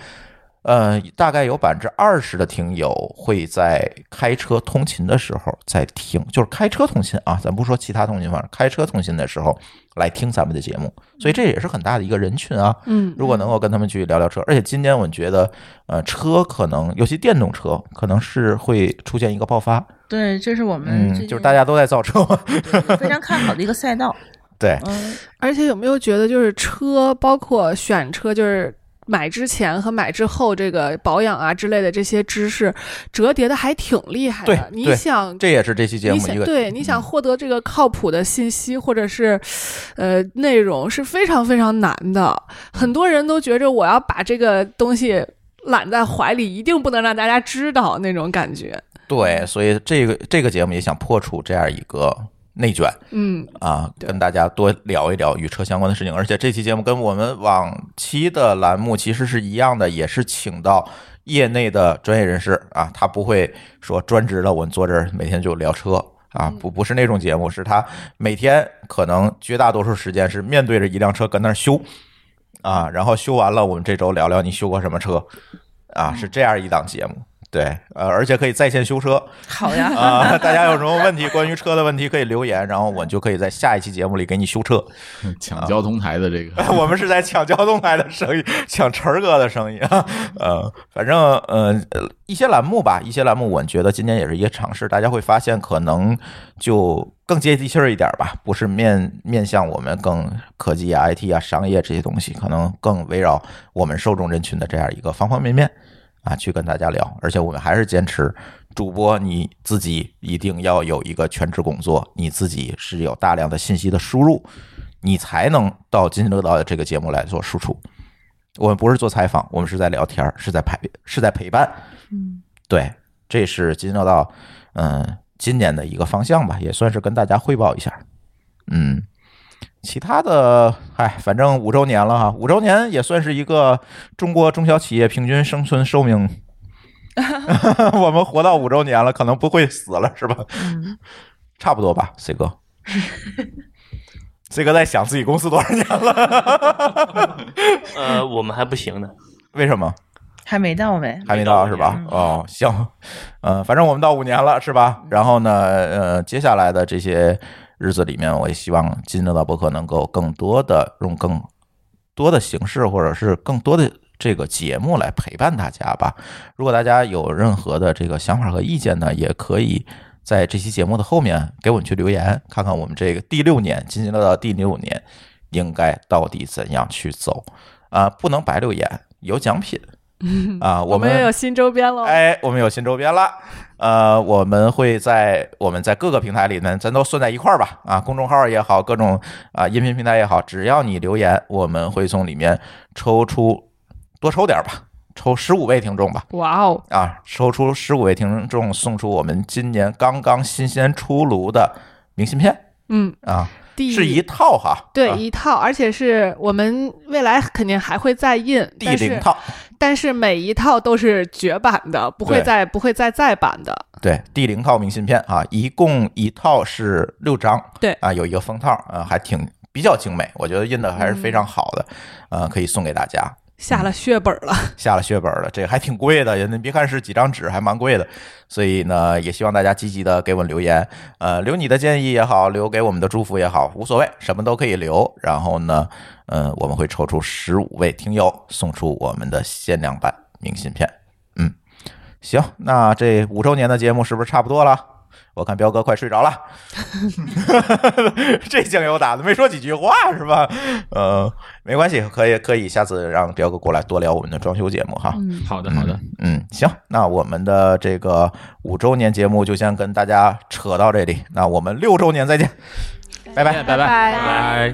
S1: 呃，大概有百分之二十的听友会在开车通勤的时候在听，就是开车通勤啊，咱不说其他通勤方式，开车通勤的时候来听咱们的节目，所以这也是很大的一个人群啊。
S8: 嗯，
S1: 如果能够跟他们去聊聊车，而且今年我觉得，呃，车可能尤其电动车可能是会出现一个爆发，
S2: 对，这是我们
S1: 嗯
S2: 最，近
S1: 就是大家都在造车 嘛，
S2: 非常看好的一个赛道。
S1: 对，
S2: 嗯，
S8: 而且有没有觉得就是车，包括选车，就是买之前和买之后这个保养啊之类的这些知识折叠的还挺厉害
S1: 对
S8: 的。你
S1: 对
S8: 想
S1: 这也是这期节
S8: 你
S1: 目一
S8: 想
S1: 个嗯
S8: 对你想获得这个靠谱的信息或者是呃内容是非常非常难的，很多人都觉着我要把这个东西揽在怀里，一定不能让大家知道那种感觉。
S1: 对，所以这个这个节目也想破除这样一个内卷
S8: 嗯，
S1: 啊，
S8: 对
S1: 跟大家多聊一聊与车相关的事情。而且这期节目跟我们往期的栏目其实是一样的，也是请到业内的专业人士啊，他不会说专职的，我们坐这儿每天就聊车。啊，不不是那种节目，是他每天可能绝大多数时间是面对着一辆车跟那儿修，啊，然后修完了，我们这周聊聊你修过什么车，啊，是这样一档节目，对，呃，而且可以在线修车，
S2: 好呀，
S1: 啊，大家有什么问题，关于车的问题可以留言，然后我就可以在下一期节目里给你修车。 啊
S4: 抢交通台的这 个，
S1: 我们是在抢交通台的生意，抢晨儿哥的生意啊。 呃，反正呃一些栏目吧，一些栏目我觉得今年也是一个尝试，大家会发现可能就更接地气儿一点吧，不是面面向我们更科技啊、IT 啊、商业这些东西，可能更围绕我们受众人群的这样一个方方面面。啊，去跟大家聊，而且我们还是坚持，主播你自己一定要有一个全职工作，你自己是有大量的信息的输入，你才能到津津乐道的这个节目来做输出。我们不是做采访，我们是在聊天儿，是在陪，是在陪伴。
S2: 嗯，
S1: 对，这是津津乐道，嗯，今年的一个方向吧，也算是跟大家汇报一下。嗯，其他的，哎，反正五周年了哈，五周年也算是一个中国中小企业平均生存寿命。我们活到五周年了，可能不会死了，是吧？差不多吧，C 哥。C 哥在想自己公司多少年了？
S6: 呃，我们还不行呢，
S1: 为什么
S2: 还没到呗。
S1: 还没到是吧？哦，行，呃，反正我们到五年了是吧？然后呢，呃，接下来的这些日子里面，我也希望津津乐道博客能够更多的用更多的形式，或者是更多的这个节目来陪伴大家吧。如果大家有任何的这个想法和意见呢，也可以在这期节目的后面给我们去留言，看看我们这个第六年津津乐道第六年应该到底怎样去走啊、不能白留言，有奖 品。啊、
S8: 我
S1: 们
S8: 也有新周边喽。
S1: 哎，我们有新周边了。呃，我们会在我们在各个平台里呢，咱都算在一块儿吧。啊，公众号也好，各种啊、音频平台也好，只要你留言，我们会从里面抽出多抽点儿吧，抽十五位听众吧。
S8: 哇哦，
S1: 啊，抽出十五位听众，送出我们今年刚刚新鲜出炉的明信片
S8: 嗯，
S1: 啊，
S8: 第
S1: 是一套哈，
S8: 对
S1: 啊
S8: 一套，而且是我们未来肯定还会再印，
S1: 第
S8: 但
S1: 零
S8: 是
S1: 套，
S8: 但是每一套都是绝版的，不会
S1: 对
S8: 再不会再再版的。
S1: 对，第零套明信片啊，一共一套是六张，
S8: 对
S1: 啊，有一个封套，啊，还挺比较精美，我觉得印的还是非常好的，呃，可以送给大家，嗯
S8: 下了血本了，
S1: 下了血本了，这个还挺贵的，你别看是几张纸，还蛮贵的，所以呢，也希望大家积极的给我们留言，呃，留你的建议也好，留给我们的祝福也好，无所谓，什么都可以留。然后呢，呃，我们会抽出十五位听友，送出我们的限量版明信片。嗯，行，那这五周年的节目是不是差不多了？我看彪哥快睡着了， 这酱油打的没说几句话是吧？呃，没关系，可以可以，下次让彪哥过来多聊我们的装修节目哈。
S5: 好的，好的，
S1: 嗯，行，那我们的这个五周年节目就先跟大家扯到这里，那我们六周年再见，拜拜。
S8: 拜
S5: 拜拜。